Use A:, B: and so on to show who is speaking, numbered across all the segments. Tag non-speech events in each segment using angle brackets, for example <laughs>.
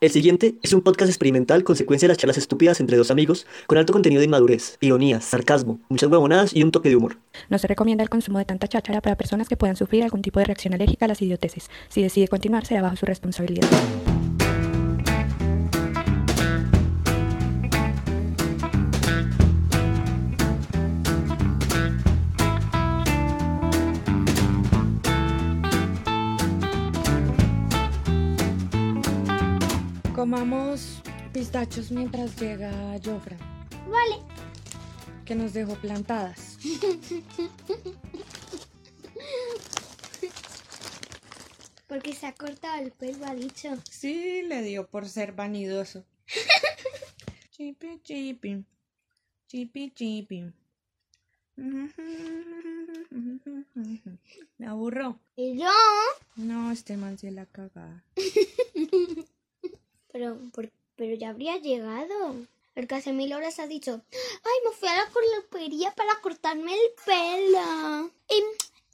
A: El siguiente es un podcast experimental consecuencia de las charlas estúpidas entre dos amigos, con alto contenido de inmadurez, ironías, sarcasmo, muchas huevonadas y un toque de humor.
B: No se recomienda el consumo de tanta cháchara para personas que puedan sufrir algún tipo de reacción alérgica a las idioteces. Si decide continuar, será bajo su responsabilidad.
C: Comamos pistachos mientras llega Jofra,
D: Vale.
C: que nos dejó plantadas.
D: Porque se ha cortado el pelo, ha dicho.
C: Sí, le dio por ser <laughs> vanidoso. Chipi chipi. Chipi chipi. <laughs> Me aburro.
D: Y yo.
C: No, este man se la <laughs> cagada.
D: Pero, por- pero ya habría llegado. Porque hace mil horas ha dicho, ay, me fui a la peluquería para cortarme el pelo. Y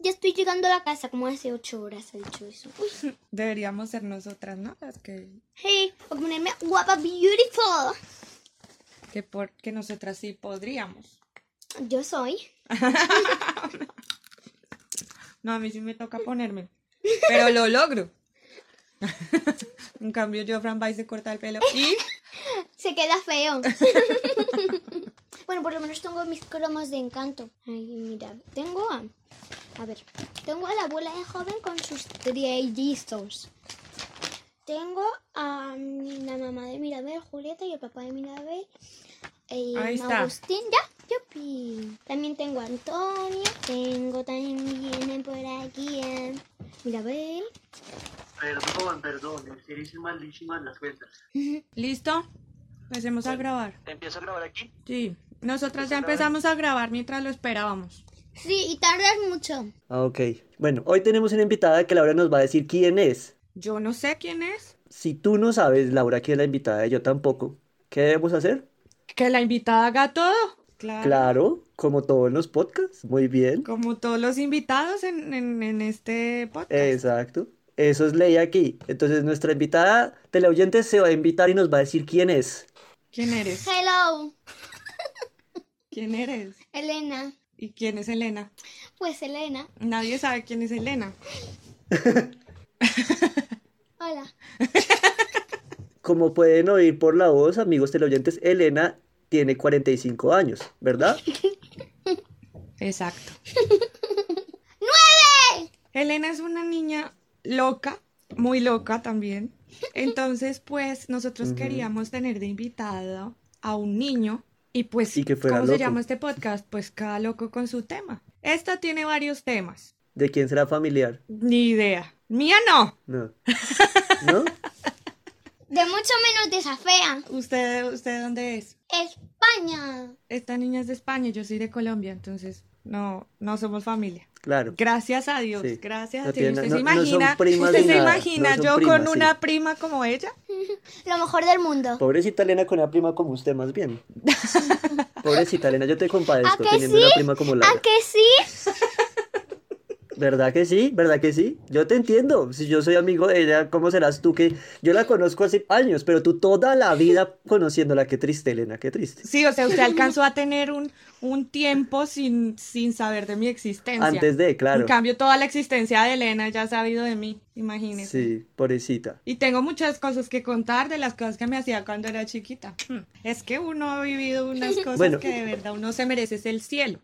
D: ya estoy llegando a la casa, como hace ocho horas ha dicho eso. Uy,
C: Deberíamos ser nosotras, ¿no? Las que,
D: hey, voy a ponerme guapa, beautiful.
C: que, por, que nosotras sí podríamos.
D: Yo soy.
C: No, a mí sí me toca <laughs> ponerme. Pero lo logro. <laughs> en cambio, yo, Fran, va y se corta el pelo. Y
D: Se queda feo. <laughs> bueno, por lo menos tengo mis cromos de encanto. Ay, mira, tengo a... A ver, tengo a la abuela de joven con sus trillizos. Tengo a mm, la mamá de Mirabel, Julieta, y el papá de Mirabel. eh,
C: Ahí está.
D: Agustín, ya, yupi. También tengo a Antonio. Tengo también por aquí a Mirabel.
E: Perdón, perdón, eres malísima en las cuentas.
C: listo. Empecemos a grabar.
E: ¿Empiezo a grabar aquí?
C: Sí. Nosotras ya empezamos a grabar mientras lo esperábamos.
D: Sí, y tardas mucho.
A: Ah, ok. Bueno, hoy tenemos una invitada que Laura nos va a decir quién es.
C: Yo no sé quién es.
A: Si tú no sabes, Laura, quién es la invitada, y yo tampoco, ¿qué debemos hacer?
C: Que la invitada haga todo. Claro.
A: Claro, como todos los podcasts. Muy bien.
C: Como todos los invitados en, en- en este podcast.
A: Exacto. Eso es ley aquí. Entonces, nuestra invitada teleoyente se va a invitar y nos va a decir quién es.
C: ¿Quién eres?
D: Hello,
C: ¿Quién eres?
D: Elena.
C: ¿Y quién es Elena?
D: Pues Elena.
C: Nadie sabe quién es Elena.
D: Hola.
A: Como pueden oír por la voz, amigos teleoyentes, Elena tiene 45 años, ¿verdad?
C: Exacto. Elena es una niña loca, muy loca también. Entonces, pues nosotros queríamos tener de invitado a un niño y pues,
A: Y que fuera
C: ¿cómo se
A: loco.
C: llama este podcast? Pues cada loco con su tema. Esta tiene varios temas.
A: ¿De quién será familiar?
C: Ni idea. Mía no.
D: <laughs>
A: No. ¿No?
D: De mucho menos desafea.
C: ¿Usted, usted dónde es?
D: España.
C: Esta niña es de España, yo soy de Colombia, entonces no, no somos familia.
A: Claro.
C: Gracias a Dios,
A: Sí.
C: gracias
A: No
C: a Dios.
A: tiene-
C: ¿Usted
A: no-
C: se
A: no son
C: imagina,
A: primas
C: usted
A: ni
C: se
A: nada,
C: imagina
A: no son
C: yo
A: primas,
C: con
A: sí.
C: una prima como ella?
D: Lo mejor del mundo.
A: Pobrecita Elena con una prima como usted, más bien. Pobrecita Elena, yo te
D: ¿A
A: compadezco
D: que
A: teniendo
D: sí?
A: una prima como
D: ¿A
A: Laura.
D: que sí?
A: ¿Verdad que sí? ¿Verdad que sí? Yo te entiendo. Si yo soy amigo de ella, ¿cómo serás tú que yo la conozco hace años, pero tú toda la vida conociéndola? Qué triste, Elena, qué triste.
C: Sí, o sea, usted alcanzó a tener un, un tiempo sin, sin saber de mi existencia.
A: Antes de, claro.
C: En cambio, toda la existencia de Elena ya ha sabido de mí, imagínese.
A: Sí, pobrecita.
C: Y tengo muchas cosas que contar de las cosas que me hacía cuando era chiquita. <clears throat> Es que uno ha vivido unas cosas
A: Bueno.
C: que de verdad uno se merece, es el cielo.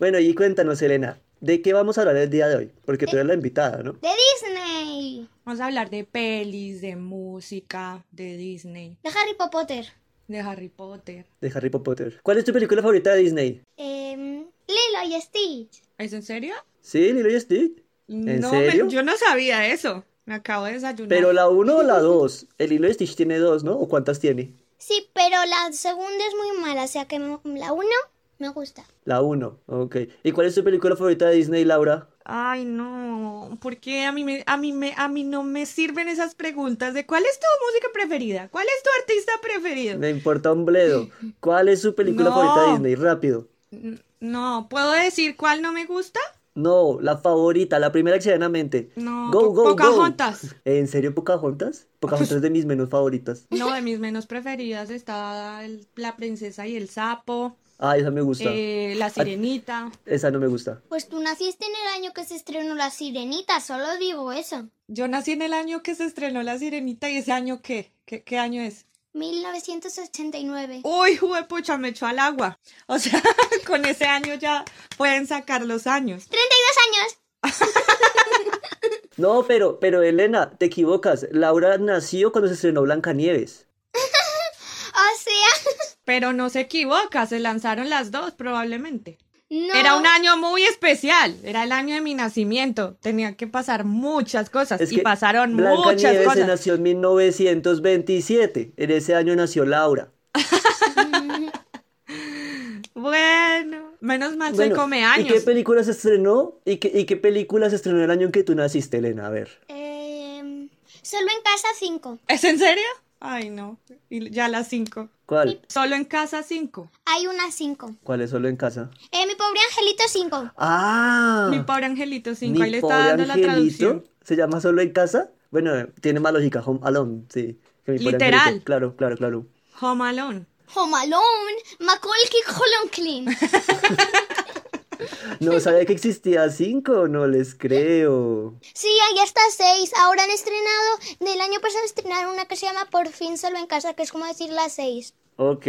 A: Bueno, y cuéntanos, Elena, ¿de qué vamos a hablar el día de hoy? Porque
D: Eh.
A: tú eres la invitada, ¿no?
D: De Disney.
C: Vamos a hablar de pelis, de música, de Disney,
D: De Harry Potter.
C: de Harry Potter.
A: De Harry Potter. ¿Cuál es tu película favorita de Disney?
D: Em, Lilo y Stitch.
C: ¿Es en serio?
A: Sí, Lilo y Stitch. ¿En
C: no,
A: serio?
C: me- yo no sabía eso. Me acabo de desayunar.
A: Pero la 1 o la 2. El Lilo y Stitch tiene dos, ¿no? ¿O cuántas tiene?
D: Sí, pero la segunda es muy mala, o sea que me- la uno me gusta.
A: La 1, ok. ¿Y cuál es tu película favorita de Disney, Laura?
C: Ay, no, porque a mí, me, a, mí me, a mí no me sirven esas preguntas de cuál es tu música preferida, cuál es tu artista preferido.
A: Me importa un bledo. ¿Cuál es su película
C: No.
A: favorita de Disney? Rápido.
C: N- No, ¿puedo decir cuál no me gusta?
A: No, la favorita, la primera que se viene a la mente.
C: No,
A: Go,
C: Po-
A: go, go.
C: Pocahontas.
A: ¿En serio Pocahontas? Pocahontas es de mis menos favoritas.
C: No, de mis menos preferidas está el- la princesa y el sapo,
A: Ah, esa me gusta.
C: eh, la sirenita.
A: Esa no me gusta.
D: Pues tú naciste en el año que se estrenó La Sirenita, solo digo eso.
C: Yo nací en el año que se estrenó la sirenita y ese año qué, qué, qué año es.
D: 1989.
C: Uy, juepucha, me echó al agua. O sea, <laughs> con ese año ya pueden sacar los años.
D: ¡32 años!
A: No, pero, pero Elena, te equivocas. Laura nació cuando se estrenó Blancanieves.
D: O sea,
C: Pero no se equivoca, se lanzaron las dos probablemente.
D: no.
C: Era un año muy especial, era el año de mi nacimiento. Tenía que pasar muchas cosas
A: Es
C: y
A: que
C: pasaron muchas
A: Blancanieves se
C: cosas.
A: nació en 1927. En ese año nació Laura.
C: Bueno, menos mal soy
A: Bueno,
C: come
A: ¿y qué
C: años.
A: película se estrenó? ¿Y qué, y qué película se estrenó el año en que tú naciste, Elena? A ver.
D: Em, solo en casa 5.
C: ¿Es en serio? Ay, no. Y ya las cinco.
A: ¿Cuál?
C: Solo en casa cinco.
D: Hay una 5.
A: ¿Cuál es solo en casa?
D: Eh, mi pobre angelito 5.
A: ¡Ah!
C: Mi pobre angelito cinco.
A: Mi
C: Ahí le está
A: pobre
C: dando la
A: angelito.
C: traducción.
A: ¿Se llama solo en casa? Bueno, eh, tiene más lógica, Home Alone, sí. Que mi pobre
C: Literal.
A: angelito. Claro, claro, claro.
C: Home Alone.
D: Home Alone, Macaulay
A: <laughs>
D: Culkin.
A: No sabía que existía cinco, no les creo.
D: Sí, ahí está 6. Ahora han estrenado, del año pasado estrenaron una que se llama Por fin solo en casa, que es como decir la 6.
A: Ok.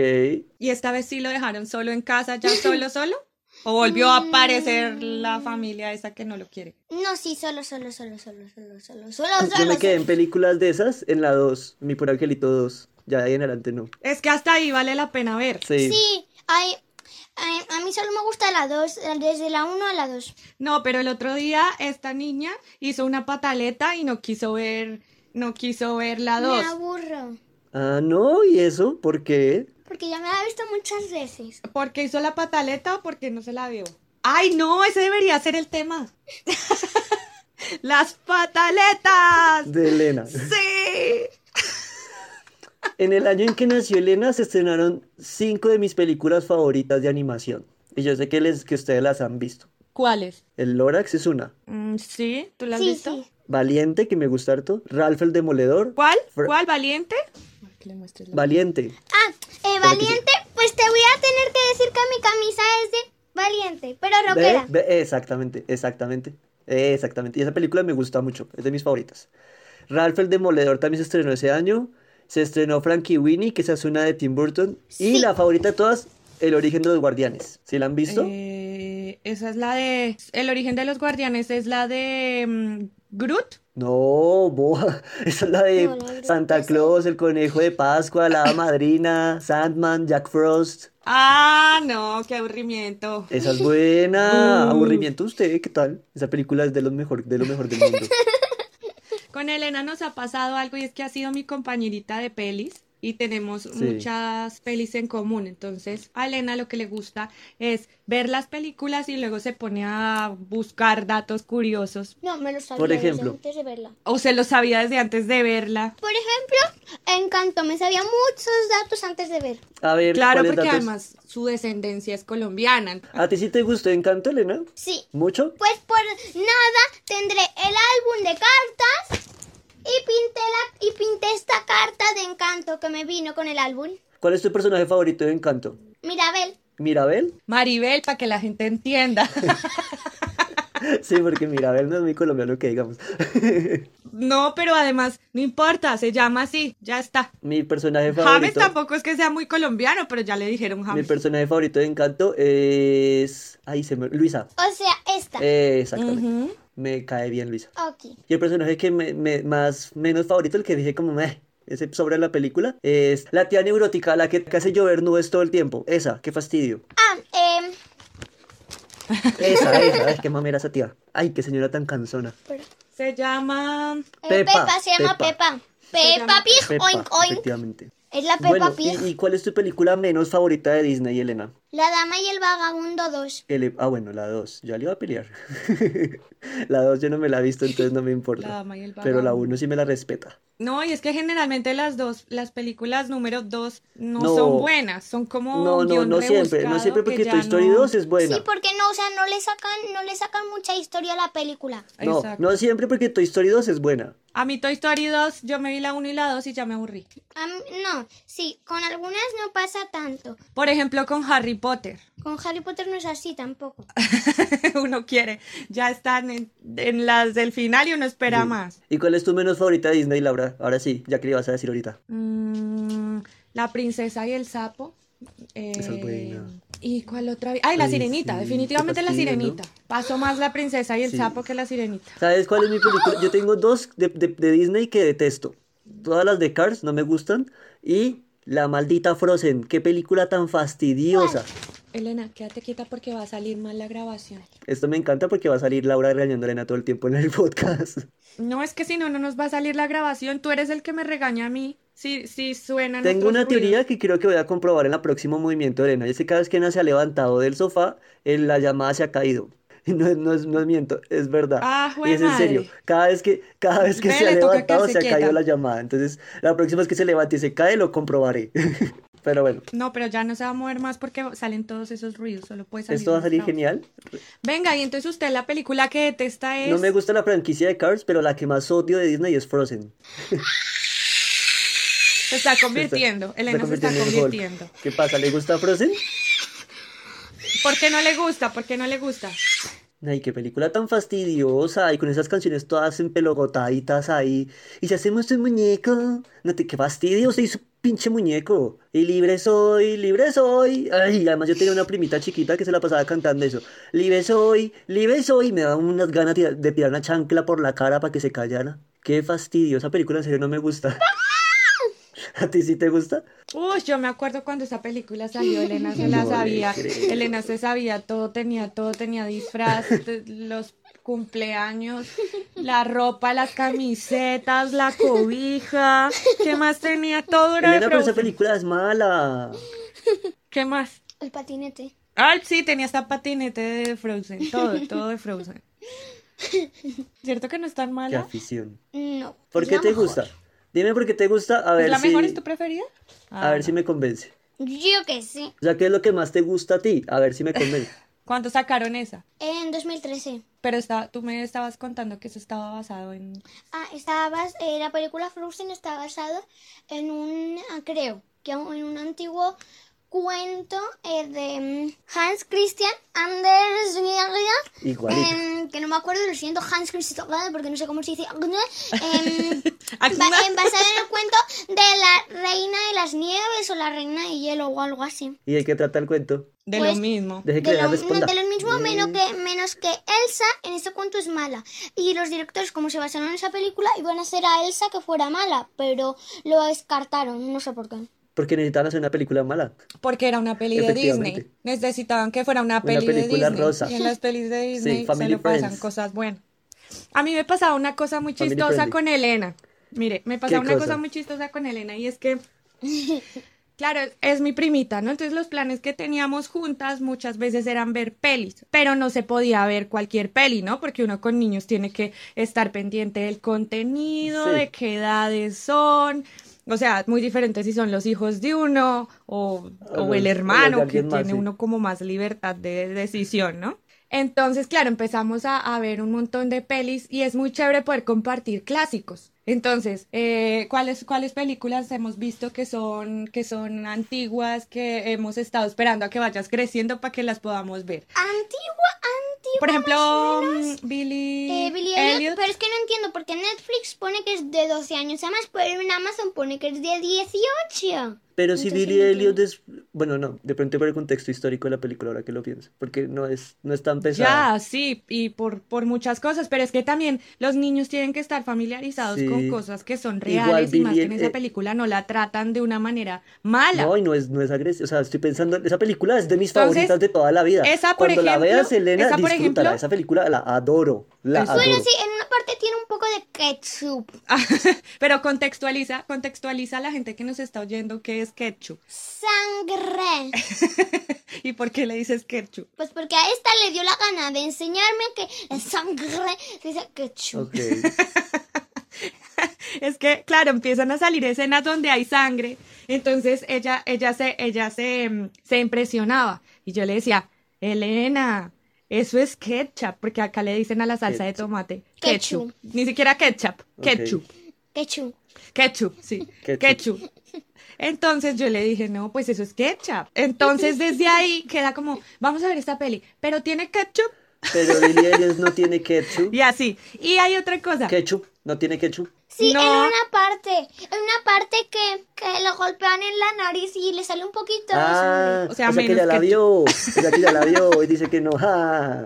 C: ¿Y esta vez sí lo dejaron solo en casa, ya solo, solo? ¿O volvió a aparecer la familia esa que no lo quiere?
D: No, sí, solo, solo, solo, solo, solo, solo, solo,
A: Yo
D: solo.
A: me quedé en
D: solo.
A: películas de esas en la 2, mi pobre angelito 2. Ya de ahí en adelante no.
C: Es que hasta ahí vale la pena ver.
A: Sí.
D: Sí, hay- hay- a mí solo me gusta la 2, desde la 1 a la 2.
C: No, pero el otro día esta niña hizo una pataleta y no quiso ver, no quiso ver la
D: Me
C: dos.
D: aburro,
A: Ah, no, ¿y eso? ¿Por qué?
D: porque ya me la he visto muchas veces.
C: ¿Por qué hizo la pataleta o por qué no se la vio? Ay, no, ese debería ser el tema.
D: <laughs>
C: Las pataletas.
A: De Elena.
C: Sí.
A: En el año en que nació Elena se estrenaron cinco de mis películas favoritas de animación. Y yo sé que, les, que ustedes las han visto.
C: ¿Cuáles?
A: El Lorax es una.
C: Mm, sí, ¿tú las has
D: Sí,
C: visto?
D: sí.
A: Valiente, que me gusta harto. Ralph el Demoledor.
C: ¿Cuál?
A: Fr-
C: ¿Cuál valiente?
A: Valiente.
D: Ah, eh, valiente, pues te voy a tener que decir que mi camisa es de valiente, pero
A: ¿Ve?
D: rockera.
A: Ve, Exactamente, exactamente. eh, Exactamente. Y esa película me gusta mucho. Es de mis favoritas. Ralph el Demoledor también se estrenó ese año. Se estrenó Frankie Winnie, que esa es una de Tim Burton. Y
D: Sí.
A: la favorita de todas, El origen de los guardianes. ¿Sí la han visto?
C: Eh, esa es la de. El origen de los guardianes es la de. mm, Groot.
A: No, boba. <laughs> Esa es la de
D: No, la verdad,
A: Santa
D: no sé.
A: Claus, el conejo de Pascua, la hada madrina, Sandman, Jack Frost.
C: Ah, no, qué aburrimiento.
A: Esa
D: <laughs>
A: es buena.
C: Mm.
A: Aburrimiento usted, ¿qué tal? Esa película es de lo mejor, de lo mejor del mundo.
C: Con Elena nos ha pasado algo y es que ha sido mi compañerita de pelis y tenemos muchas pelis en común. Entonces, a Elena lo que le gusta es ver las películas y luego se pone a buscar datos curiosos.
D: No, me lo sabía
A: Por
D: desde
A: ejemplo.
D: antes de verla.
C: O se lo sabía desde antes de verla.
D: Por ejemplo, Encanto, me sabía muchos datos antes de ver.
A: A ver,
C: Claro,
A: ¿cuáles
C: porque
A: datos?
C: además su descendencia es colombiana.
A: ¿A ti sí te gustó Encanto, Elena?
D: Sí,
A: ¿Mucho?
D: pues por nada tendré el álbum de cartas y pinté, la, y pinté esta carta de encanto que me vino con el álbum.
A: ¿Cuál es tu personaje favorito de Encanto?
D: Mirabel,
A: ¿Mirabel? <laughs>
C: Maribel, para que la gente entienda.
A: Sí, porque Mirabel no es muy colombiano que digamos. <laughs>
C: No, pero además, no importa, se llama así, ya está.
A: Mi personaje
C: James
A: favorito.
C: tampoco es que sea muy colombiano, pero ya le dijeron
A: Mi
C: James.
A: personaje favorito de Encanto es. Ahí se me. Luisa.
D: o sea, esta.
A: Eh, exactamente.
C: Ujú.
A: Me cae bien Luisa.
D: Aquí.
A: Y el personaje que me, me- más menos favorito, el que dije como meh, ese sobre la película, es la tía neurótica, la que, que hace llover nubes todo el tiempo. Esa, qué
D: <laughs>
A: fastidio.
D: Ah, em,
A: Esa, esa, ay, qué mamera esa tía. Ay, qué señora tan cansona.
D: pero-
C: Se llama...
D: eh,
A: Pepa,
D: Pepa, se llama
A: Pepa.
D: Pepa.
C: Se
D: Pepa,
C: llama-
D: Pig,
A: Peppa,
D: oink, oink.
A: efectivamente.
D: Es la Pepa
A: Bueno,
D: Pig.
A: ¿y, y cuál es tu película menos favorita de Disney, Elena?
D: La dama y el vagabundo 2.
A: Que le- Ah, bueno, la 2. Yo le iba a pelear. <laughs> La 2 yo no me la he visto, entonces no me importa.
C: La dama y el
A: Pero la
C: vagabundo.
A: 1 sí me la respeta.
C: No, y es que generalmente las dos, las películas número dos no,
A: No.
C: son buenas, son como un
A: No, no,
C: guión
A: no siempre. No
C: rebuscado
A: siempre
C: que
A: porque
C: ya
A: Toy Story
C: no-
A: 2 es buena.
D: Sí, porque no, o sea, no le sacan, no le sacan mucha historia a la película.
A: No,
C: Exacto.
A: no siempre porque Toy Story 2 es buena.
C: A mí Toy Story 2, yo me vi la 1 y la 2 y ya me aburrí.
D: A mí- no, sí, con algunas no pasa tanto.
C: Por ejemplo, con Harry Potter. <laughs>
D: Con Harry Potter no es así tampoco.
C: uno quiere, ya están en, en las del final y uno espera
A: Sí.
C: más.
A: ¿Y cuál es tu menos favorita de Disney, Laura? Ahora sí, ya que le vas a decir ahorita.
C: Mm, la princesa y el sapo.
A: Esa es
C: Eh,
A: buena.
C: ¿Y cuál otra? vi? Ay, la
A: Ay,
C: sirenita,
A: sí,
C: definitivamente la
A: Pepatilla, ¿no?
C: sirenita. Pasó más la princesa y el
A: Sí.
C: sapo que la sirenita.
A: ¿Sabes cuál es mi película? Yo tengo dos de, de- de Disney que detesto. Todas las de Cars no me gustan. Y la maldita Frozen. Qué película tan fastidiosa.
C: Elena, quédate quieta porque va a salir mal la grabación.
A: Esto me encanta porque va a salir Laura regañando a Elena todo el tiempo en el <laughs> podcast.
C: No, es que si no, no nos va a salir la grabación. Tú eres el que me regaña a mí. Si, si suena.
A: Tengo una teoría que creo que voy a comprobar en la próxima movimiento de Elena. Yo sé que cada vez que Elena se ha levantado del sofá, eh, la llamada se ha caído. <laughs> Y No, no, es, no es miento, es verdad.
C: Ah,
A: y es en
C: juemadre.
A: serio. Cada vez que, cada vez que
C: Ve,
A: se ha
C: le toca
A: levantado,
C: quedarse
A: se ha caído
C: quieta.
A: la llamada. Entonces, la próxima vez que se levante y se cae, lo comprobaré. <laughs> Pero bueno,
C: No, pero ya no se va a mover más porque salen todos esos ruidos. Solo puede salir.
A: esto va a
C: más
A: salir
C: la voz.
A: genial.
C: Venga, y entonces usted la película que detesta es.
A: No me gusta la franquicia de Cars, pero la que más odio de Disney es Frozen.
C: Se está convirtiendo.
A: Se
C: Elena se está
A: en Hulk.
C: convirtiendo.
A: ¿Qué pasa? ¿Le gusta Frozen?
C: ¿Por qué no le gusta? ¿Por qué no le gusta?
A: Ay, qué película tan fastidiosa y con esas canciones todas empelogotaditas ahí. Y si hacemos un muñeco, no te, qué fastidio, se hizo un pinche muñeco. Y libre soy, libre soy. Ay, además yo tenía una primita chiquita que se la pasaba cantando eso. Libre soy, libre soy. Me daban unas ganas tira- de tirar una chancla por la cara para que se callara. Qué fastidio, esa película en serio no me gusta. <laughs> ¿A ti sí te gusta?
C: Uy, yo me acuerdo cuando esa película salió, Elena
A: <gasps>
C: se
A: No
C: la
A: le
C: sabía,
A: creo.
C: Elena se sabía todo, tenía todo, tenía disfraz, te- los cumpleaños, la ropa, las camisetas, la cobija, ¿qué más tenía? Todo era de
A: Elena, pero esa
C: Frozen.
A: película es mala.
C: ¿Qué más?
D: El patinete.
C: Ah, sí, tenía hasta patinete de Frozen, todo, todo de Frozen. ¿Cierto que no es tan
A: Qué
C: mala?
A: afición.
D: No.
A: ¿Por
D: es
A: qué
D: la
A: te
D: mejor.
A: gusta? Dime por qué te gusta, a
C: ¿Es
A: ver
C: la
A: si,
C: mejor? ¿Es tu preferida?
A: a
C: Ah,
A: ver si me convence.
D: Yo que sé.
A: O sea, ¿qué es lo que más te gusta a ti? A ver si me convence.
C: <laughs> ¿Cuándo sacaron esa?
D: En 2013.
C: Pero está, tú me estabas contando que eso estaba basado en...
D: Ah, estaba bas- eh, la película Frozen está basada en un, ah, creo, que un- en un antiguo cuento eh, de mm, Hans Christian Anders
A: Igualito.
D: em, que no me acuerdo, lo siento, Hans Christian Andersen, porque no sé cómo se dice, em,
C: Aquí
D: ba-
C: no-
D: em, basada en el cuento de la reina de las nieves o la reina de hielo o algo así.
A: ¿Y de qué trata el cuento?
C: De
D: Pues-
C: lo mismo.
A: Deje que
D: De
A: Elena
D: lo, no,
A: responda.
D: de lo
C: Mm.
D: mismo menos que, menos que Elsa en este cuento es mala. Y los directores, como se basaron en esa película, iban a hacer a Elsa que fuera mala, pero lo descartaron, no sé por qué.
A: Porque necesitaban hacer una película mala.
C: Porque era una peli de Disney.
A: Efectivamente.
C: Necesitaban que fuera una
A: Una
C: peli de
A: película
C: Disney.
A: rosa.
C: Y en las pelis de Disney se
A: Family
C: le pasan
A: Friends.
C: cosas buenas. A mí me pasaba una cosa muy
A: Family
C: chistosa
A: friendly.
C: con Elena. Mire, me pasaba
A: ¿Qué
C: una cosa?
A: cosa?
C: muy chistosa con Elena y es que, <laughs> claro, es mi primita, ¿no? Entonces los planes que teníamos juntas muchas veces eran ver pelis, pero no se podía ver cualquier peli, ¿no? Porque uno con niños tiene que estar pendiente del contenido,
A: Sí.
C: de qué edades son. O sea, muy diferente si son los hijos de uno
A: O
C: o o el
A: los- o los de
C: hermano, que
A: alguien más,
C: tiene
A: sí.
C: uno como más libertad de decisión, ¿no? Entonces, claro, empezamos a, a ver un montón de pelis y es muy chévere poder compartir clásicos. Entonces, eh, ¿cuáles, cuáles películas hemos visto que son, que son antiguas, que hemos estado esperando a que vayas creciendo para que las podamos ver?
D: Antigua, antigua.
C: Por ejemplo,
D: más o menos.
C: mm, Billy,
D: Eh, Billie Elliot,
C: Elliot.
D: pero es que no entiendo porque Netflix pone que es de 12 años, además pero en Amazon pone que es de 18.
A: Pero si
D: Entonces,
A: Billy
D: no
A: Elliot es... Bueno, no, de pronto por el contexto histórico de la película, ahora que lo pienso. Porque no es, no es tan pesada.
C: Ya, sí, y por, por muchas cosas, pero es que también los niños tienen que estar familiarizados
A: Sí.
C: con cosas que son
A: Igual,
C: reales y más que en
A: Billie-
C: esa
A: eh,
C: película no la tratan de una manera mala.
A: No, y no es, no es agresiva. O sea, estoy pensando... Esa película es de mis
C: Entonces,
A: favoritas de toda la vida.
C: esa, por
A: Cuando la
C: ejemplo-
A: veas, Elena,
C: esa, por
A: disfrútala.
C: ejemplo-
A: Esa película la adoro. La
C: Bueno,
A: adoro.
D: Bueno, sí, en una parte tiene un poco de ketchup.
C: <laughs> Pero contextualiza, contextualiza a la gente que nos está oyendo qué es ketchup
D: Sangre.
C: y por qué le dices ketchup.
D: Pues porque a esta le dio la gana de enseñarme que la sangre se dice ketchup.
A: Ok.
C: Es que, claro, empiezan a salir escenas donde hay sangre. Entonces ella, ella se, ella se, mm, se impresionaba. Y yo le decía, Elena, eso es ketchup, porque acá le dicen a la salsa de
A: Ketchup.
C: tomate.
D: Ketchup.
C: Ketchup. Ni siquiera ketchup.
A: Ok.
C: Ketchup.
D: Ketchup.
C: Ketchup, sí.
A: Ketchup.
C: Ketchup. Entonces yo le dije, no, pues eso es ketchup. Entonces desde ahí queda como, vamos a ver esta peli, pero tiene ketchup
A: Pero Billy Elliot no tiene
C: <laughs>
A: ketchup.
C: y así. Y hay otra cosa.
A: Ketchup, no tiene ketchup.
D: Sí, en
C: No.
D: una parte. En una parte que, que lo golpean en la nariz y le sale un poquito de
A: Ah,
D: sangre.
A: o sea,
C: O sea,
A: que
C: menos
A: ya la
C: ketchup.
A: vio. O sea, que <laughs> ya la vio y dice que no. Ah,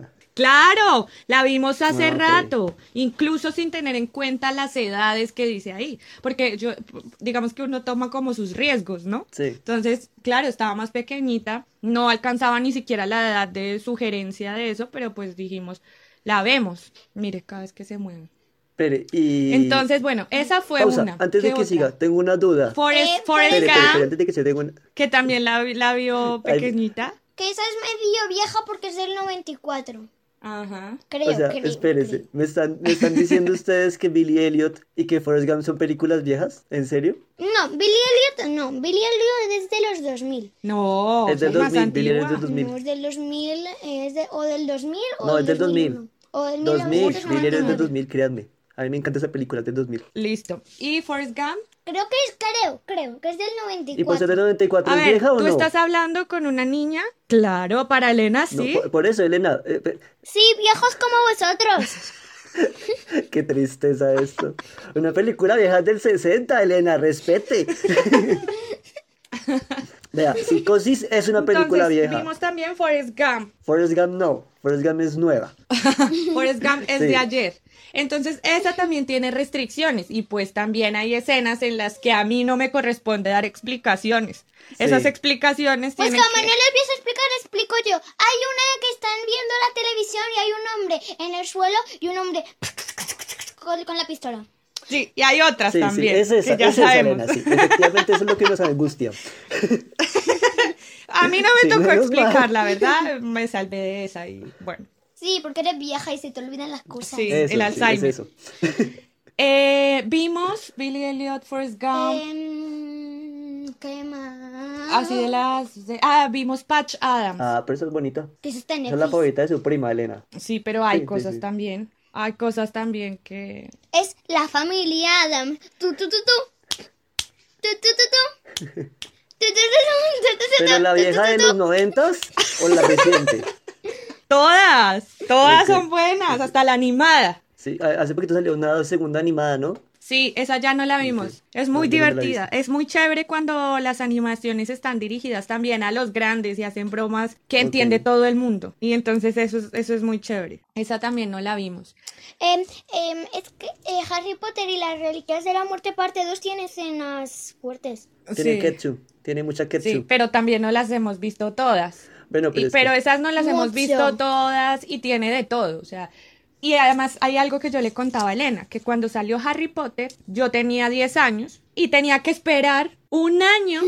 A: ja.
C: Claro, la vimos hace
A: Ah, ok.
C: rato, incluso sin tener en cuenta las edades que dice ahí, porque yo, digamos que uno toma como sus riesgos, ¿no?
A: Sí.
C: Entonces, claro, estaba más pequeñita, no alcanzaba ni siquiera la edad de sugerencia de eso, pero pues dijimos, la vemos. Mire, cada vez que se mueve.
A: Pero, y...
C: Entonces, bueno, esa fue
A: Pausa,
C: una.
A: antes de
C: ¿Qué
A: que
C: otra?
A: siga, tengo una duda.
D: Eh,
C: Forrest, Forrest
A: Espere, espere,
C: Gump,
A: espere, antes de que se tenga una...
C: que también la, vi- la vio
A: Ay.
C: pequeñita.
D: Que esa es medio vieja porque es del 94.
C: Ajá.
D: Creo,
A: O sea,
D: creo,
A: espérense,
D: creo.
A: ¿me están, ¿me están
C: <laughs>
A: diciendo ustedes que Billy Elliot y que Forrest Gump son películas viejas? ¿En serio?
D: No, Billy Elliot no. Billy Elliot es de los 2000.
C: No,
A: Es del
C: son más
A: 2000, Billy Elliot es
C: antigua.
A: del 2000.
D: No, es del 2000, es de, o del 2000 o
A: No,
D: del
A: es del 2000.
D: 2001. O del
A: 2000, Billy Elliot es del
D: 1999.
A: 2000, créanme. A mí me encanta esa película, es del 2000.
C: Listo. ¿Y Forrest Gump?
D: Creo que es, creo, creo, que es del
A: ¿Y por ser
D: 94.
A: del 94
C: A
A: es
C: ver,
A: vieja o
C: ¿tú
A: no?
C: estás hablando con una niña? Claro, para Elena
A: No,
C: sí.
A: por, por eso, Elena, eh, pe-
D: Sí, viejos como vosotros.
A: <laughs> qué tristeza esto. Una película vieja es del 60, Elena, respete. <laughs> Vea, Psicosis es una película
C: Entonces,
A: vieja.
C: vimos también Forrest Gump.
A: Forrest Gump no, Forrest Gump es nueva.
C: Forrest Gump es
A: Sí.
C: de ayer. Entonces, esa también tiene restricciones y pues también hay escenas en las que a mí no me corresponde dar explicaciones. Esas
A: Sí.
C: explicaciones
D: Pues
C: tienen
D: como
C: que-
D: no lo empiezo a explicar, explico yo. Hay una que están viendo la televisión y hay un hombre en el suelo y un hombre con, con la pistola.
C: Sí, y hay otras
A: Sí,
C: Ah, también
A: sí, es esa,
C: que ya
A: es esa,
C: sabemos.
A: Elena, sí. Efectivamente, eso es lo que nos
C: <laughs>
A: angustia.
C: A mí no me
A: Sí,
C: tocó
A: menos mal.
C: explicar, la verdad, me salvé de esa y bueno.
D: Sí, porque eres vieja y se te olvidan las cosas.
C: Sí.
A: Eso,
C: el
A: sí,
C: Alzheimer.
A: es eso.
C: Eh, vimos Billy Elliot, Forrest
D: Eh,
C: Gump,
D: Em, ¿Qué más?
C: así de las... de- Ah, vimos Patch Adams.
A: Ah, pero eso es bonito.
D: Que eso está en
A: Esa es la
D: Netflix.
A: favorita de su prima, Elena.
C: Sí, pero hay
A: Ah. Sí, sí,
C: cosas
A: sí.
C: también. Hay cosas también que.
D: Es la familia Adam. Tu, tu, tu, tu. Tu, tu, tu,
A: <laughs>
D: tu. Tu, tu, tu, tu, tu, tu, tu,
A: ¿Pero la
D: tu, tu,
A: vieja
D: tu,
A: de
D: tu.
A: los noventas o la
C: <laughs>
A: reciente?
C: Todas, todas
A: Sí, sí.
C: son buenas, hasta la animada.
A: Sí, a- hace poquito salió una segunda animada, ¿no?
C: Sí, esa ya no la vimos.
A: sí.
C: Es
A: No,
C: muy
A: yo no la he
C: divertida. Es muy chévere cuando las animaciones están dirigidas también a los grandes y hacen bromas que
A: Ok.
C: entiende todo el mundo. Y entonces eso es, eso es muy chévere. Esa también no la vimos.
D: Em, em, es que eh, Harry Potter y las Reliquias de la Muerte parte 2 tiene escenas fuertes.
A: Tiene
C: Sí,
A: ketchup, tiene mucha ketchup.
C: sí, pero también no las hemos visto todas.
A: bueno,
C: Y-
A: pero, es
C: pero
A: que-
C: esas no las hemos
D: Mucho.
C: visto todas y tiene de todo, o sea. Y además hay algo que yo le contaba a Elena, que cuando salió Harry Potter, yo tenía 10 años y tenía que esperar un año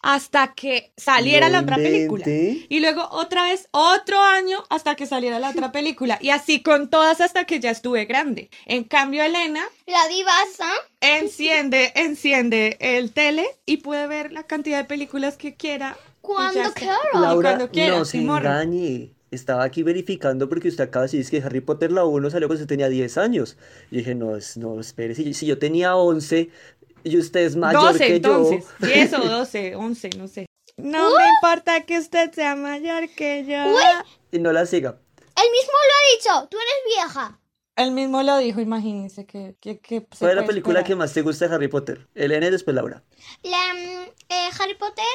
C: hasta que saliera
A: No
C: la otra película.
A: invente.
C: Y luego otra vez otro año hasta que saliera la otra película. Y así con todas hasta que ya estuve grande. En cambio, Elena
D: La divasa.
C: enciende, enciende el tele y puede ver la cantidad de películas que quiera. y
D: Cuando
C: ya está.
D: quiera.
C: Y
A: Laura,
C: cuando quiera,
A: no se
C: sin morro.
A: engañe. Estaba aquí verificando porque usted acaba de decir que Harry Potter la 1 salió cuando usted tenía 10 años. Y dije, no, es- no, espere, si, si yo tenía 11 y usted es mayor
C: 12
A: que
C: entonces,
A: yo.
C: 10 o 12, 11, no sé. No me importa que usted sea mayor que yo.
A: Y no la siga.
D: Él mismo lo ha dicho. Tú eres vieja.
C: Él mismo lo dijo, imagínense que, que, que se
A: ¿Cuál es la
C: puede
A: película que
C: esperar.
A: más te gusta de Harry Potter? Elena y después Laura.
D: La, mm, eh, Harry Potter.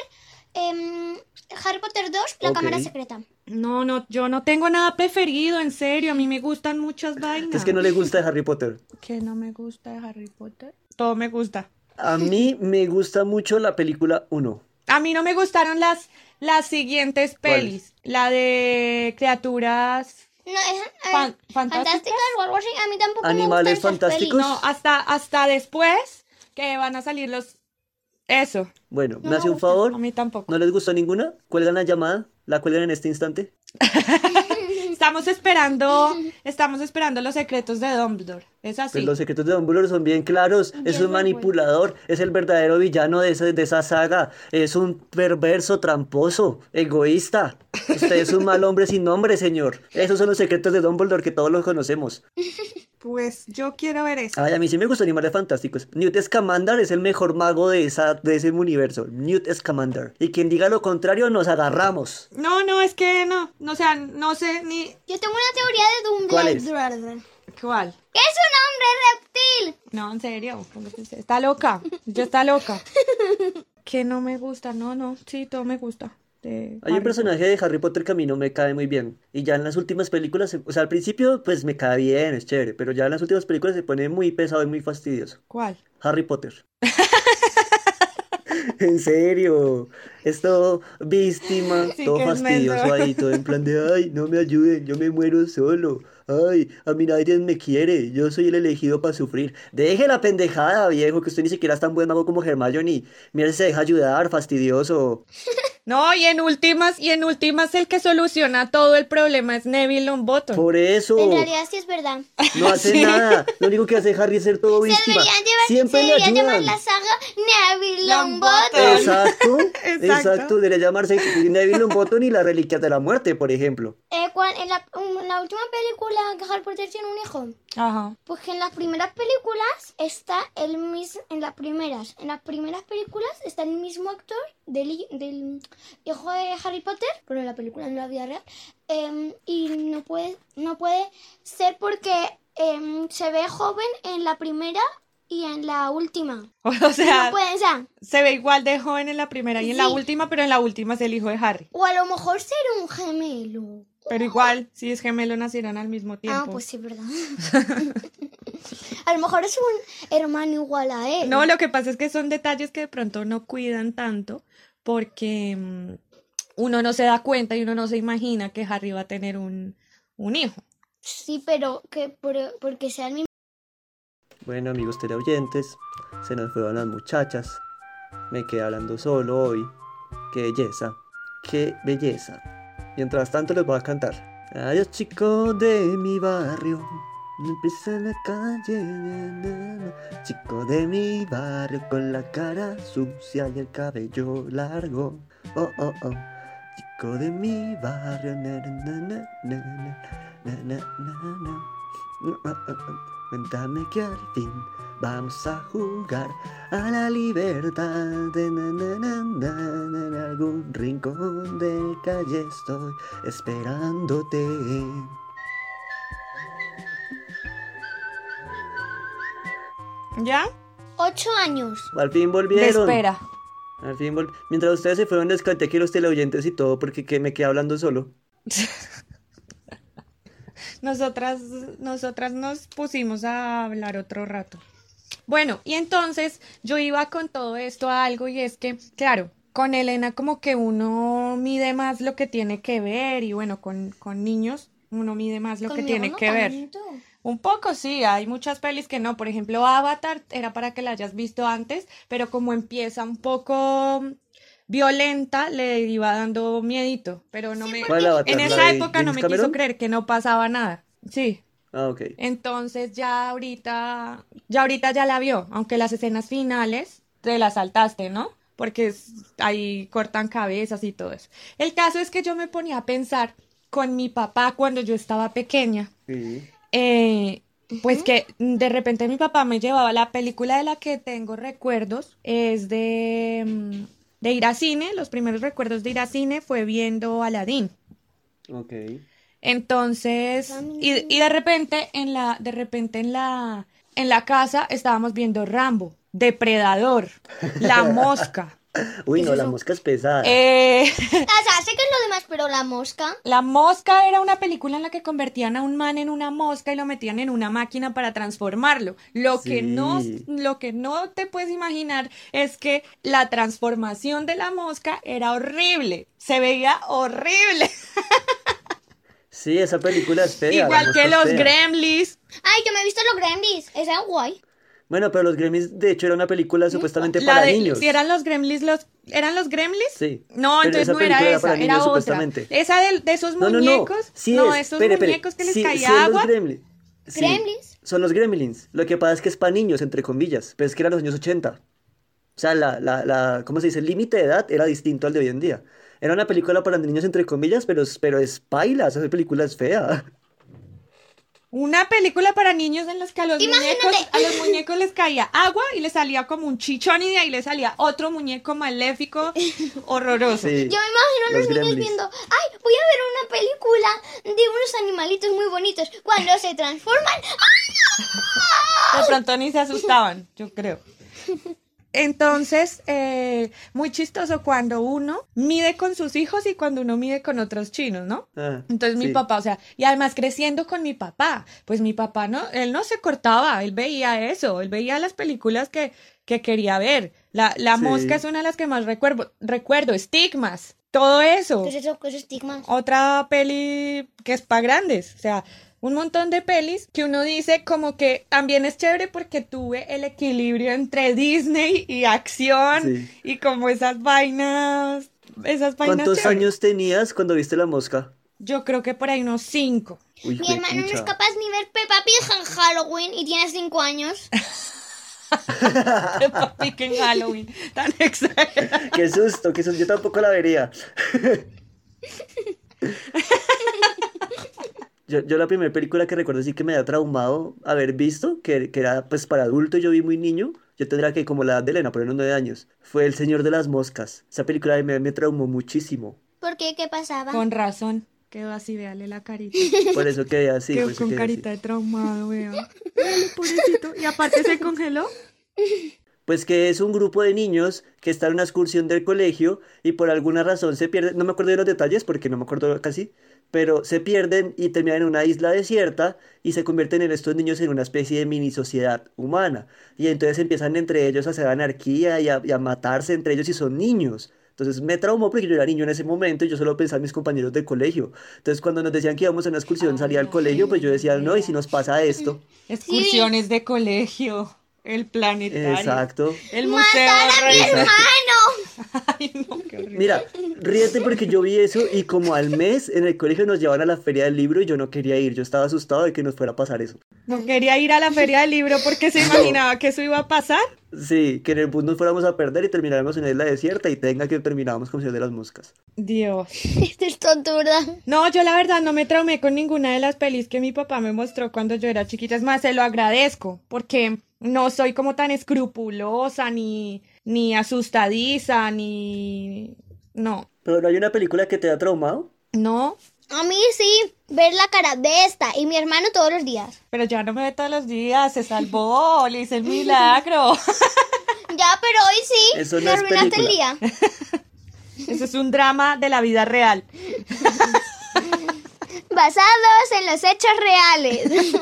D: em, Harry Potter 2, la
A: Ok.
D: cámara secreta.
C: No, no, yo no tengo nada preferido, en serio, a mí me gustan muchas vainas.
A: Es que no le gusta de Harry Potter.
C: ¿Qué no me gusta de Harry Potter? Todo me gusta.
A: A mí me gusta mucho la película 1.
C: A mí no me gustaron las, las siguientes
A: ¿Cuáles?
C: pelis. La de criaturas
D: No, es a ver,
C: Fan-
D: fantásticas o algo así. A mí tampoco me gustan
A: Animales
D: esas
A: fantásticos.
D: pelis.
C: No, hasta, hasta después que van a salir los... Eso.
A: Bueno,
D: No
A: me
D: me
A: hace un
D: gusta,
A: favor.
C: A mí tampoco.
A: ¿No les gustó ninguna? Cuelgan la llamada, la cuelgan en este instante.
C: Estamos esperando, estamos esperando los secretos de Dumbledore. Es así.
A: Pues los secretos de Dumbledore son bien claros. Es un manipulador, es el verdadero villano de, ese- de esa saga. Es un perverso, tramposo, egoísta. Usted es un mal hombre sin nombre, señor. Esos son los secretos de Dumbledore que todos los conocemos.
C: Pues yo quiero ver eso.
A: Ay, a mí sí me gustan animales fantásticos. Newt Scamander es el mejor mago de, esa, de ese universo. Newt Scamander. Y quien diga lo contrario, nos agarramos.
C: No, no, es que no. No, o sea, no sé ni
D: Yo tengo una teoría de
A: ¿Cuál es?
D: Dumbledore.
C: cuál.
D: Que es un hombre reptil.
C: No, en serio. Está loca. Ya está <laughs> loca. Que no me gusta. No, no. Sí, todo me gusta. De
A: Hay un
C: Harry.
D: pues.
A: personaje de Harry Potter que a mí no me cae muy bien. Y ya en las últimas películas, o sea, al principio pues me cae bien, es chévere, pero ya en las últimas películas se pone muy pesado y muy fastidioso.
C: ¿Cuál?
A: Harry
D: <laughs>
A: Potter. En serio, esto víctima,
C: Sí,
A: todo
C: que es
A: fastidioso
C: mendo.
A: ahí, todo en plan de, ay, no me ayuden, yo me muero solo, ay, a mí nadie me quiere, yo soy el elegido para sufrir. Deje la pendejada, viejo, que usted ni siquiera es tan buen mago como Hermione. Mira, se deja ayudar, fastidioso.
C: No, y en últimas, y en últimas el que soluciona todo el problema es Neville Longbottom.
A: Por eso.
D: En realidad sí es verdad.
A: <laughs> No hace nada. Lo único que hace Harry es ser todo
D: Se
A: víctima.
D: deberían llevar,
A: Siempre
D: se
A: le
D: deberían llamar
A: ayudan.
D: la saga Neville
C: Longbottom.
D: Longbottom.
A: Exacto,
C: Exacto.
A: exacto. Debería llamarse Neville Longbottom y las reliquias de la muerte, por ejemplo.
D: Eh, cuan- en, la, en la última película que Harry Potter tiene un hijo.
C: Ajá.
D: Pues que en las primeras películas está el mismo, en las primeras, en las primeras películas está el mismo actor del, hi- del hijo de Harry Potter, pero en la película no la vida real, em, y no puede, no puede ser porque em, se ve joven en la primera y en la última.
C: <laughs> O sea,
D: No puede, o sea,
C: se ve igual de joven en la primera y en la
D: Sí.
C: última, pero en la última es el hijo de Harry.
D: o a lo mejor ser un gemelo.
C: Pero igual, si es gemelo, nacieron al mismo tiempo.
D: Ah, pues sí, verdad. <laughs> a lo mejor es un hermano igual a él.
C: No, lo que pasa es que son detalles que de pronto no cuidan tanto porque mm, uno no se da cuenta y uno no se imagina que Harry va a tener un, un hijo.
D: Sí, pero que por- porque sea el mismo.
A: Bueno, amigos teleoyentes, se nos fueron las muchachas. Me quedé hablando solo hoy. Qué belleza, qué belleza. Mientras tanto les voy a cantar. Adiós chicos de mi barrio. Empieza en la calle, na, na, na. chico de mi barrio con la cara sucia y el cabello largo. Oh, oh, oh, chico de mi barrio. na, na, na, na, na, na, na, na, na, na. Oh, oh, oh. Cuéntame que al fin vamos a jugar a la libertad de na, na, na, na, na, en algún rincón de calle estoy esperándote.
C: ¿Ya?
D: Ocho años.
A: Al fin
C: De
A: volvieron.
C: espera.
A: Al fin vol- Mientras ustedes se fueron les canté que los teleoyentes y todo porque que me quedé hablando solo.
C: Nosotras, nosotras nos pusimos a hablar otro rato. Bueno, y entonces yo iba con todo esto a algo y es que, claro, con Elena como que uno mide más lo que tiene que ver y bueno, con, con niños uno mide más lo que
D: Conmigo
C: tiene
D: no
C: que ver.
D: tanto.
C: Un poco sí, hay muchas pelis que no. Por ejemplo, Avatar era para que la hayas visto antes, pero como empieza un poco mm, violenta, le iba dando miedito. Pero no me.
A: ¿Cuál avatar?
C: En
A: ¿La
C: esa
A: de
C: época no
A: James
C: me
A: Cameron?
C: quiso creer que no pasaba nada. Sí.
A: Ah, ok.
C: Eh. Entonces ya ahorita, ya ahorita ya la vio, aunque las escenas finales te las saltaste, ¿no? Porque es- ahí cortan cabezas y todo eso. El caso es que yo me ponía a pensar con mi papá cuando yo estaba pequeña.
A: Sí.
C: Eh, pues que de repente mi papá me llevaba la película de la que tengo recuerdos, es de, mm, de ir a cine, los primeros recuerdos de ir a cine fue viendo Aladdin.
A: Ok.
C: Entonces,
D: Ramiro.
C: y, y de repente en la, de repente en la, en la casa estábamos viendo Rambo, Depredador, La Mosca.
A: Uy,
C: ¿Qué es
A: no, la
C: eso?
A: mosca es pesada.
C: Eh,
D: O sea, sé que es lo demás, pero la mosca.
C: La Mosca era una película en la que convertían a un man en una mosca y lo metían en una máquina para transformarlo. Lo que no,
A: Sí.
C: lo que no te puedes imaginar es que la transformación de la mosca era horrible. Se veía horrible.
A: Sí, esa película es fea. la
C: <laughs> Igual que
A: mosca
C: los
A: fea.
C: Gremlins.
D: Ay, yo me he visto los Gremlins. Esa es guay.
A: Bueno, pero los Gremlins, de hecho, era una película supuestamente
C: La
A: para
C: de-
A: niños.
C: Si eran los Gremlins, los, ¿eran los Gremlins?
A: Sí.
C: No,
A: Pero
C: entonces
A: esa
C: no era
A: película era
C: esa,
A: para
C: era,
A: niños,
C: otra.
A: supuestamente.
C: Esa de, de esos
A: No, no, no.
C: muñecos.
A: Sí es.
C: esos
A: Espere, espere.
C: muñecos que les
A: Sí-
C: caía
A: sí es
C: agua.
A: Los Gremlins. Sí.
D: ¿Gremlins?
A: Son los Gremlins. Lo que pasa es que es para niños, entre comillas. Pero es que eran los años 80. O sea, la, la, la, ¿cómo se dice? El límite de edad era distinto al de hoy en día. Era una película para niños, entre comillas, pero, es- pero es paila. Esa película es fea. <laughs>
C: Una película para niños en las que a los,
D: Imagínate.
C: muñecos, a los muñecos les caía agua y les salía como un chichón y de ahí les salía otro muñeco maléfico horroroso.
A: Sí.
D: Yo me imagino a los,
A: Los
D: niños
A: Gremlins.
D: viendo, ay, voy a ver una película de unos animalitos muy bonitos. Cuando se transforman,
C: De pronto ni se asustaban, yo creo. Entonces, eh, muy chistoso cuando uno mide con sus hijos y cuando uno mide con otros chinos, ¿no?
A: Ah,
C: Entonces mi
A: sí.
C: papá, o sea, y además creciendo con mi papá, pues mi papá no, él no se cortaba, él veía eso, él veía las películas que, que quería ver. La, la
A: Sí.
C: mosca es una de las que más recuerdo, recuerdo, estigmas, todo eso.
D: pues eso es estigma.
C: Otra peli que es para grandes, o sea, un montón de pelis que uno dice como que también es chévere porque tuve el equilibrio entre Disney y acción
A: Sí.
C: y como esas vainas, esas vainas.
A: ¿Cuántos
C: chéveres.
A: años tenías cuando viste la mosca?
C: Yo creo que por ahí unos cinco.
A: Uy,
D: Mi hermano no es
A: juepucha.
D: capaz ni ver Peppa Pig en Halloween y tiene 5 años.
C: Peppa Pig en Halloween. Tan exagerado.
A: Qué susto, qué susto. Yo tampoco la vería. Yo, yo la primera película que recuerdo sí que me ha traumado haber visto, que, que era pues para adulto, yo vi muy niño, yo tendría que como la edad de Elena, por ahí unos nueve años, fue El Señor de las Moscas. Esa película me, me traumó muchísimo,
D: ¿Por qué? ¿Qué pasaba?
C: Con razón. Quedó así, véale la carita.
A: por eso quedé así.
C: Quedó
A: por eso
C: con
A: quedé pues así.
C: carita de traumado, vea. Véale, pobrecito. Y aparte se congeló.
A: Pues que es un grupo de niños que están en una excursión del colegio y por alguna razón se pierden, no me acuerdo de los detalles porque no me acuerdo casi, pero se pierden y terminan en una isla desierta y se convierten en estos niños en una especie de mini sociedad humana. Y entonces empiezan entre ellos a hacer anarquía y a, y a matarse entre ellos y son niños. Entonces me traumó porque yo era niño en ese momento y yo solo pensaba en mis compañeros de colegio. Entonces cuando nos decían que íbamos a una excursión, salía al colegio, pues yo decía, no, ¿y si nos pasa esto?
C: Excursiones de colegio. El planetario.
A: Exacto.
C: El museo.
D: ¡Matar a mi
C: Rey-
D: ¡Ah, hermano!
C: Ay, no, qué horrible.
A: Mira, ríete porque yo vi eso y como al mes en el colegio nos llevaron a la feria del libro y yo no quería ir, yo estaba asustado de que nos fuera a pasar eso.
C: No quería ir a la feria del libro porque se imaginaba que eso iba a pasar.
A: Sí, que en el bus nos fuéramos a perder y termináramos en una isla desierta y tenga que terminábamos con Señor de las Moscas.
C: Dios.
D: Esto <laughs> es tortura.
C: No, yo la verdad no me traumé con ninguna de las pelis que mi papá me mostró cuando yo era chiquita. Es más, se lo agradezco porque no soy como tan escrupulosa, ni, ni asustadiza, ni... No,
A: Pero no hay una película que te ha traumado.
C: no,
D: A mí sí, ver la cara de esta y mi hermano todos
C: <laughs>
D: los días.
C: pero ya no me ve todos los días, se salvó, <laughs> le hice el milagro. <laughs>
D: Ya, pero hoy sí.
A: Eso no
D: me
A: es
D: arruinaste el
A: película.
D: día. <laughs>
C: Eso es un drama de la vida real.
D: Basados en los hechos
C: <laughs>
D: reales.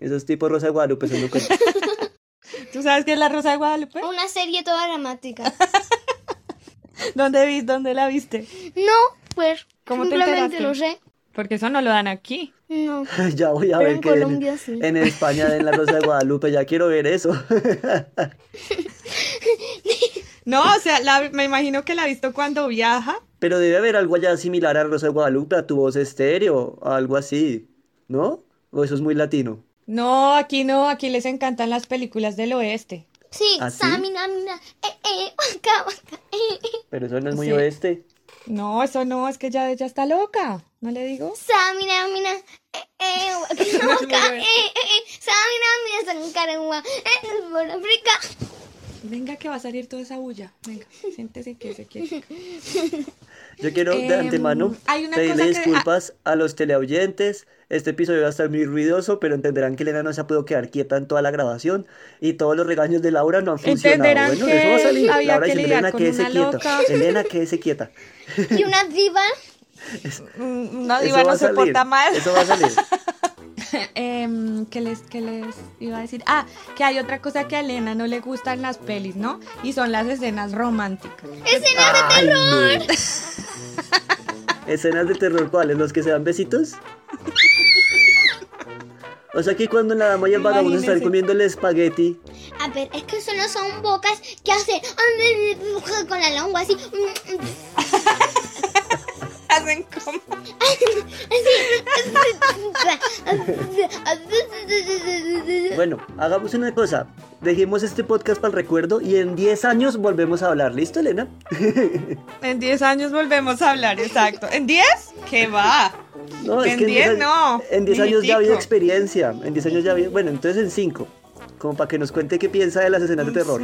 A: Esos tipos Rosa de Guadalupe son locos.
D: <laughs>
C: ¿Tú sabes qué es la Rosa de Guadalupe?
D: Una serie
C: <laughs>
D: toda dramática.
C: ¿Dónde, vi, dónde la viste?
D: No, pues
C: ¿Cómo te
D: simplemente
C: enteraste?
D: lo sé.
C: Porque eso no lo dan aquí.
D: No.
A: <laughs> Ya voy a
D: Pero
A: ver
D: en
A: que en,
D: Colombia sí.
A: en España den la Rosa de Guadalupe, ya quiero ver eso. <laughs>
C: No, o sea, la- me imagino que la ha visto cuando viaja.
A: Pero debe haber algo allá similar a Rosa de Guadalupe, a tu voz estéreo, algo así, ¿no? O eso es muy latino.
C: No, aquí no, aquí les encantan las películas del oeste.
D: Sí,
A: ¿Ah, sí?
D: samina, mina, eh, eh, waka, waka, eh, eh.
A: Pero eso no es muy
C: Sí.
A: oeste.
C: No, eso no, es que ya ella está loca, ¿no le digo?
D: Samina, mina, eh,
C: <laughs>
D: eh, waka, waka, eh, eh, eh. Samina, mina, sankarangua, eh, por África.
C: Venga que va a salir toda esa bulla, <laughs> venga, siéntese que se quiere.
A: Yo quiero de
C: Em,
A: antemano
C: hay una
A: pedirle
C: cosa que- ah,
A: disculpas a los teleoyentes. Este episodio va a estar muy ruidoso, pero entenderán que Elena no se ha podido quedar quieta en toda la grabación y todos los regaños de Laura no han funcionado.
C: Entenderán
A: Bueno,
C: que
A: eso va a salir.
C: había
A: Laura
C: que
A: diciendo,
C: lidiar
A: Elena,
C: con
A: quédese
C: una
A: quieta.
C: loca".
A: Elena, quédese quieta.
D: Y una
A: <laughs>
D: diva.
C: <laughs> No,
A: Eso
C: Diva
A: va
C: Mm, no
A: a
C: se
A: salir,
C: porta mal.
A: Eso va a salir.
C: <laughs> Em, ¿qué, les, ¿Qué les iba a decir? Ah, que hay otra cosa que a Elena no le gustan las pelis, ¿no? Y son las escenas románticas.
D: Escenas de
A: Ay,
D: terror.
A: no. Escenas de terror, ¿cuáles? ¿Los que se dan besitos? O sea que cuando la dama y el vagabundo están
C: Imagínense.
A: comiendo el espagueti.
D: A ver, es que solo son bocas que hacen con la lengua así.
C: Hacen como.
D: <laughs>
A: Bueno, hagamos una cosa. Dejemos este podcast para el recuerdo y en 10 años volvemos a hablar. ¿Listo, Elena?
C: En 10 años volvemos a hablar, exacto. ¿En 10? ¿Qué va?
A: No,
C: En 10
A: años-
C: no,
A: En 10 años ya ha habido
C: minutico.
A: experiencia. En 10 años ya ha habido. Bueno, entonces en 5. Como para que nos cuente qué piensa de las escenas de terror.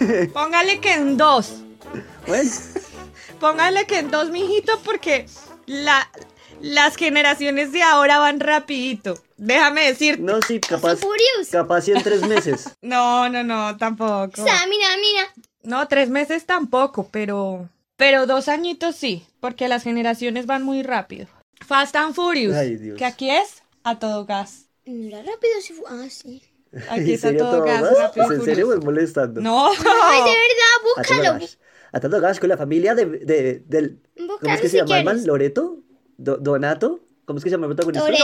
A: Eh.
C: Póngale que en 2.
A: Bueno,
C: Póngale que en 2, mijito, porque la, las generaciones de ahora van rapidito. Déjame decirte.
A: no, sí, capaz.
D: Furious.
A: Capaz y en 3 meses.
C: No, no, no, tampoco.
D: Samina, mina.
C: No, tres meses tampoco, pero. Pero dos añitos sí, porque las generaciones van muy rápido. Fast and Furious.
A: Ay, Dios.
C: Que aquí es a
A: <laughs>
C: todo gas.
D: Mira rápido si fu- Ah, sí.
C: <laughs> Aquí
A: ¿En
C: está
A: serio
C: todo, gas.
A: más?
C: Rápido y
A: Pues, ¿En serio?
C: Furioso.
A: Pues molestando.
C: No.
D: Ay, de verdad,
A: A todo
D: búscalo.
A: gas. A todo gas con la familia de, de- del... ¿Cómo es
D: Búscalo
A: que
D: si
A: se llama el man?
D: quieres.
A: ¿Loreto? Do- ¿Donato? ¿Cómo es que se llama el protagonista?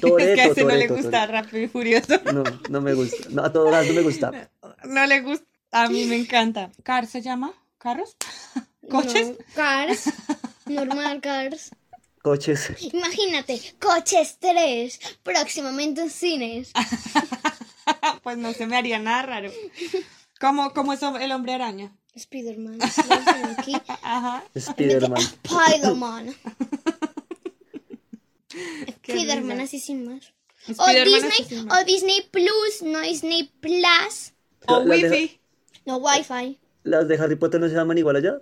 C: <laughs> Toreto. <laughs> es que a ese no le
A: Toretto,
C: gusta
A: Toretto.
C: Rápido y Furioso.
A: No, no me gusta. No, a todo gas no me gusta.
C: No le gusta. A mí me encanta. ¿Car se llama? ¿Carros? <laughs> ¿Coches?
D: No, cars. Normal Cars.
C: <laughs>
A: Coches.
D: Imagínate, Coches 3, próximamente en cines.
C: <laughs> pues no se me haría nada raro. ¿Cómo, cómo es el hombre araña?
D: Spider-Man, si lo dicen aquí.
C: Ajá.
A: Spider-Man.
D: Spider-Man.
C: Qué
D: Spider-Man,
C: risa.
D: así sin más. O
C: Spider-Man
D: Disney,
C: asesino.
D: o Disney Plus, no Disney Plus,
C: O
A: Las de-
C: Wi-Fi.
D: no Wi-Fi.
A: ¿Las de Harry Potter no se llaman igual allá?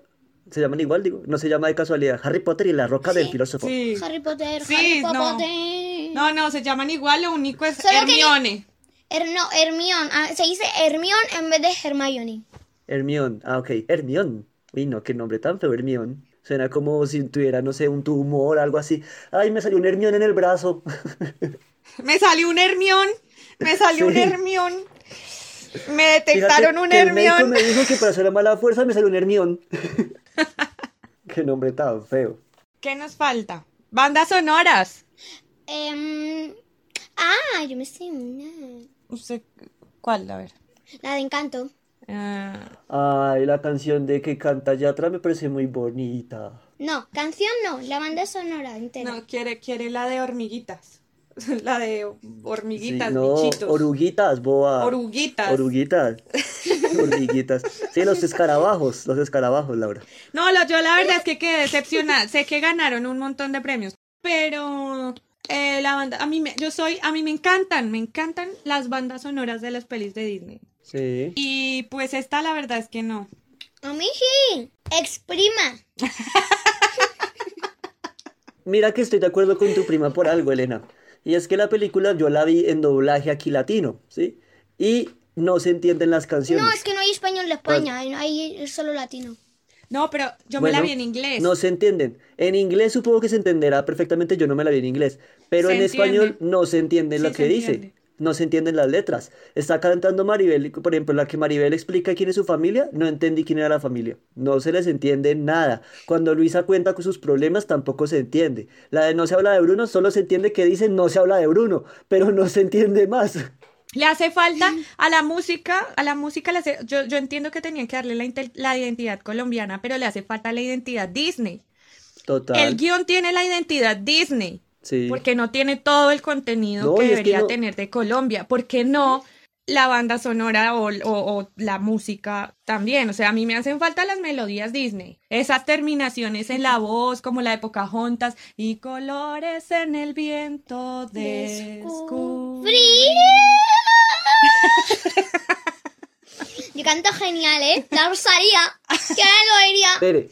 A: Se llaman igual, digo. No se llama de casualidad. Harry Potter y la roca del filósofo.
C: Sí.
D: Harry Potter,
C: Sí,
D: Harry
C: no.
D: Potter.
C: No, no, se llaman igual, lo único es
D: Solo que-
C: Hermione.
D: Her- no, Hermione. Ah, se dice Hermione en vez de Hermione.
A: Hermión. Ah, ok. Hermión. Uy, no, qué nombre tan feo, Hermión. Suena como si tuviera, no sé, un tumor, algo así. Ay, me salió un hermión en el brazo. <laughs>
C: Me salió un Hermión, me salió un
A: Sí.
C: Hermión. Me
A: Fíjate
C: detectaron un
A: que el médico
C: Hermión.
A: me dijo que para hacer la mala fuerza me salió un hermión. <laughs> Qué nombre tan feo.
C: ¿Qué nos falta? Bandas sonoras.
D: Em, ah, yo me sé una.
C: ¿Usted cuál? A ver.
D: La de Encanto.
C: Ah,
A: Ay, la canción de que canta Yatra me parece muy bonita.
D: No, canción no, la banda sonora entera.
C: no, quiere, quiere la de hormiguitas. <laughs> La de
A: Sí,
C: hormiguitas,
A: no,
C: bichitos.
A: oruguitas, boa.
C: Oruguitas. <laughs>
A: Oruguitas. Hormiguitas. Sí, los escarabajos, los escarabajos, Laura.
C: No, lo- yo la verdad es que quedé decepcionada. sé que ganaron un montón de premios, pero eh, la banda, a mí me, yo soy, a mí me encantan, me encantan las bandas sonoras de las pelis de Disney.
A: Sí.
C: Y pues esta la verdad es que no.
D: A mí sí, ex prima.
A: Mira que estoy de acuerdo con tu prima por algo, Elena. Y es que la película yo la vi en doblaje aquí latino, ¿sí? Y no se entienden las canciones.
D: No, es que no hay español en España, hay hay solo latino.
C: No, pero yo me la
A: Bueno,
C: vi en inglés.
A: No se entienden. En inglés supongo que se entenderá perfectamente, yo no me la vi en inglés, pero
C: Se
A: en español
C: entiende.
A: no se entiende
C: Sí,
A: lo
C: se
A: que dice.
C: entiende.
A: No se entienden las letras. Está cantando Maribel, por ejemplo, la que Maribel explica quién es su familia, no entendí quién era la familia. No se les entiende nada. Cuando Luisa cuenta con sus problemas, tampoco se entiende. La de no se habla de Bruno, solo se entiende que dice no se habla de Bruno, pero no se entiende más. <laughs>
C: Le hace falta a la música, a la música le hace- yo, yo entiendo que tenían que darle la, inte- la identidad colombiana, pero le hace falta la identidad Disney.
A: Total.
C: El guión tiene la identidad Disney.
A: Sí.
C: porque no tiene todo el contenido
A: No, y
C: que
A: es que
C: debería
A: no-
C: tener de Colombia, porque no la banda sonora o, o- o la música también, o sea, a mí me hacen falta las melodías Disney, esas terminaciones en la voz, como la de Pocahontas, y colores en el viento descubrí.
D: <laughs> Yo canto genial, ¿eh? La Rosalía. ¿Qué lo diría?
A: Espere.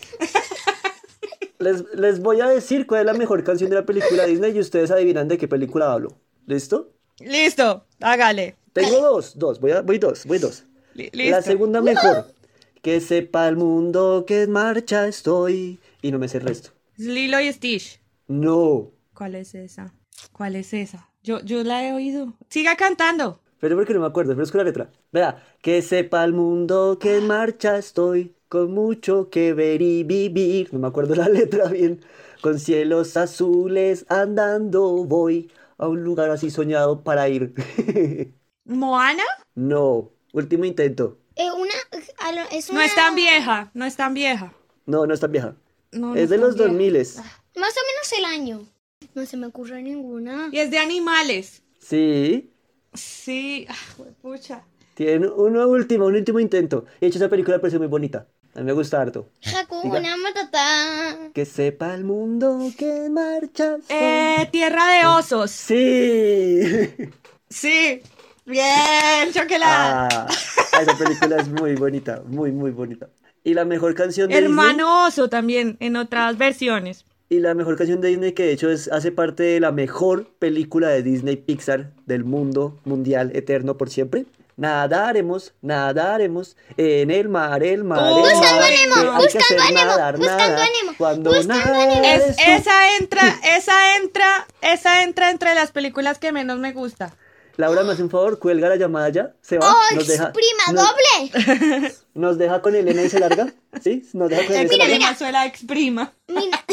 A: Les, les voy a decir cuál es la mejor canción de la película Disney y ustedes adivinan de qué película hablo. ¿Listo?
C: Listo, hágale.
A: Tengo dos, dos, voy, a- voy dos, voy dos.
C: Li-
A: La
C: listo.
A: segunda mejor. Que sepa el mundo que en marcha estoy. Y no me sé el resto.
C: Lilo y Stitch.
A: No.
C: ¿Cuál es esa? ¿Cuál es esa? Yo, yo la he oído. Siga cantando.
A: Pero porque no me acuerdo, pero es con la letra. Vea, que sepa el mundo que en marcha estoy. con mucho que ver y vivir. No me acuerdo la <laughs> letra bien. Con cielos azules andando voy a un lugar así soñado para ir. <laughs>
C: ¿Moana?
A: No, último intento.
D: Eh, una, a lo- es
C: No
D: una-
C: es tan vieja, no es tan vieja.
A: No, no es tan vieja.
C: No, no
A: Es de
C: tan
A: los
C: vieja. Ah.
A: 2000.
D: Más o menos el año. No se me ocurre ninguna.
C: Y es de animales.
A: Sí.
C: Sí, ah, pucha.
A: Tiene una última, un último intento. De hecho, esa película me pareció muy bonita. A mí me gusta harto.
D: Hakuna Matata.
A: Que sepa el mundo que marcha.
C: Eh, tierra de osos.
A: Sí. <laughs>
C: Sí. Bien, chocolate.
A: Ah, esa película es muy bonita, muy, muy bonita. Y la mejor canción de Disney.
C: Hermano oso también, en otras versiones.
A: Y la mejor canción de Disney que de hecho es, hace parte de la mejor película de Disney Pixar del mundo mundial eterno por siempre. Nadaremos, nadaremos en el mar, el mar, el
C: Buscando
A: mar.
C: a
A: que hay
C: Nemo,
A: que
D: buscando a
A: hacer
D: Nemo,
A: nadar,
D: buscando
A: nadar.
D: a Nemo,
A: Cuando
D: buscando a Nemo.
C: Es-
A: nades tú-
C: esa entra, esa entra, esa entra entre las películas que menos me gusta.
A: Laura, me hace un favor, cuelga la llamada ya, se va,
D: ¡Oh,
A: nos deja,
D: prima
A: nos,
D: doble!
A: nos deja con Elena y se larga, ¿sí? Nos deja con Elena y se
C: Ex
A: larga.
C: prima suela ex prima.
D: Mira.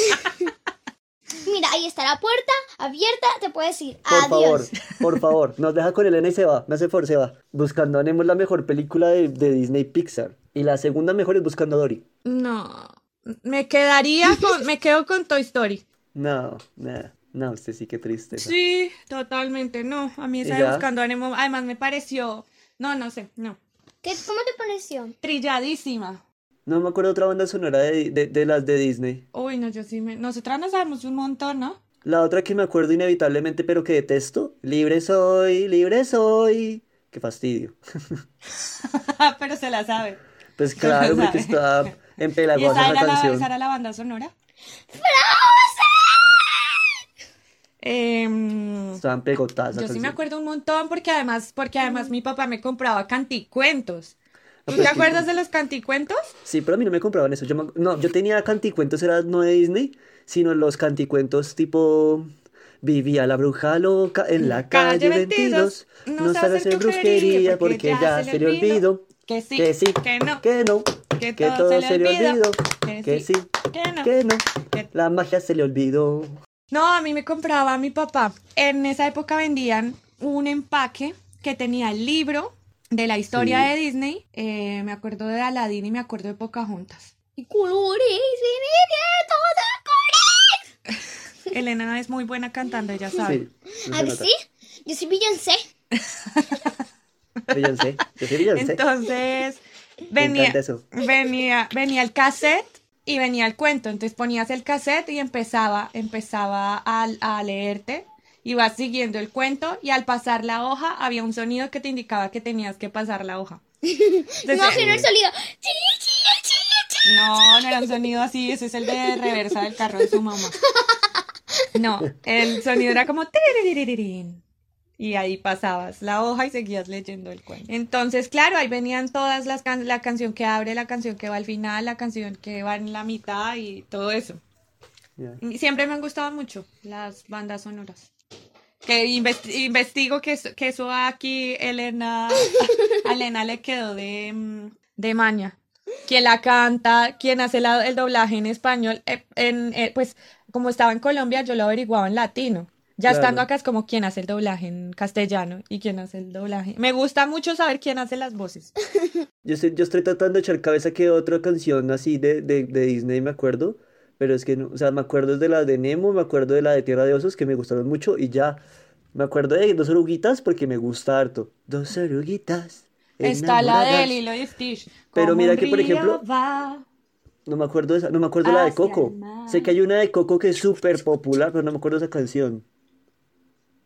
D: Mira, ahí está la puerta abierta. Te puedes ir.
A: Por favor,
D: Adiós. <laughs>
A: por favor, nos deja con Elena y se va, me hace favor, se va. Buscando a Nemo es la mejor película de, de Disney Pixar. Y la segunda mejor es Buscando a Dory.
C: No,
A: <laughs>
C: me quedaría con, me quedo con Toy Story.
A: No, nah, no, usted sí que triste.
C: Sí, totalmente, no. A mí esa
A: ¿Y
C: de
A: ya?
C: buscando a Nemo, además me pareció, no, no sé, no,
D: ¿Qué- ¿Cómo te pareció?
C: trilladísima.
A: No me acuerdo otra banda sonora de, de- de las de Disney.
C: Uy, no, yo sí me, nosotras nos sabemos un montón, ¿no? <laughs>
A: La otra que me acuerdo inevitablemente, pero que detesto. Libre soy, libre soy. Qué fastidio. <laughs>
C: Pero se la sabe.
A: Pues
C: <laughs>
A: claro, porque
C: sabe.
A: está en
C: ¿Y esa
A: pelagosa
C: era,
A: esa
C: la,
A: canción.
C: esa era la banda sonora? Em,
A: Estaban pegotadas esa
C: yo sí me
A: canción.
C: acuerdo un montón porque además, porque además mi papá me compraba canticuentos.
A: Ah,
C: ¿Tú
A: pues
C: te
A: sí.
C: acuerdas de los canticuentos?
A: Sí, pero a mí no me compraban eso. Yo me- No, yo tenía canticuentos, era no de Disney, sino los canticuentos tipo... Vivía la bruja loca en la calle 22. No sabe hacer brusquería porque ya se le olvidó.
C: Que sí,
A: Que sí,
C: que no,
A: que no,
C: que
A: que todo se le olvidó. Que sí,
C: que no.
A: que no,
C: que-
A: la magia se le olvidó.
C: No, a mí me compraba mi papá. En esa época vendían un empaque que tenía el libro de la historia
A: Sí.
C: de Disney. Eh, me acuerdo de Aladdin y me acuerdo de Pocahontas.
D: Y colores en el todo colores.
C: Elena es muy buena cantando, ella sabe.
A: Sí, no
D: ¿A
A: se
D: ver,
A: nota.
D: sí? Yo soy Beyoncé.
A: Beyoncé, yo soy Beyoncé.
C: Entonces,
A: Me
C: venía,
A: encanta eso.
C: venía, venía el cassette y venía el cuento. Entonces ponías el cassette y empezaba, empezaba a, a leerte. Ibas siguiendo el cuento y al pasar la hoja había un sonido que te indicaba que tenías que pasar la hoja. Entonces,
D: Imagino el sonido. Chi, chi, chi, chi.
C: No, no era un sonido así, ese es el de reversa del carro de su mamá. No, el sonido era como tiririririn. Y ahí pasabas la hoja y seguías leyendo el cuento. Entonces, claro, ahí venían todas las can- la canción que abre, la canción que va al final, la canción que va en la mitad y todo eso.
A: Ya.
C: Y Siempre me han gustado mucho las bandas sonoras. Que inves- investigo que eso, que eso aquí Elena, a Elena le quedó de, mm, de maña. Quien la canta, quien hace la- el doblaje en español, eh, en, eh, pues como estaba en Colombia yo lo averiguaba en latino. Ya
A: Claro.
C: estando acá es como quién hace el doblaje en castellano y quién hace el doblaje. Me gusta mucho saber quién hace las voces.
A: Yo estoy, yo estoy tratando de echar cabeza que otra canción así de, de, de Disney me acuerdo, pero es que no, o sea, me acuerdo de la de Nemo, me acuerdo de la de Tierra de Osos que me gustaron mucho y ya. Me acuerdo de Dos Oruguitas porque me gusta harto. Dos oruguitas
C: Está la de
A: enamoradas.
C: Lilo y Stitch.
A: Pero
C: Como
A: mira
C: un
A: que, por
C: río
A: ejemplo,
C: va.
A: No me acuerdo de esa, no me acuerdo de la de
C: Hacia el
A: Coco.
C: mar.
A: Sé que hay una de Coco que es súper popular, pero no me acuerdo de esa canción.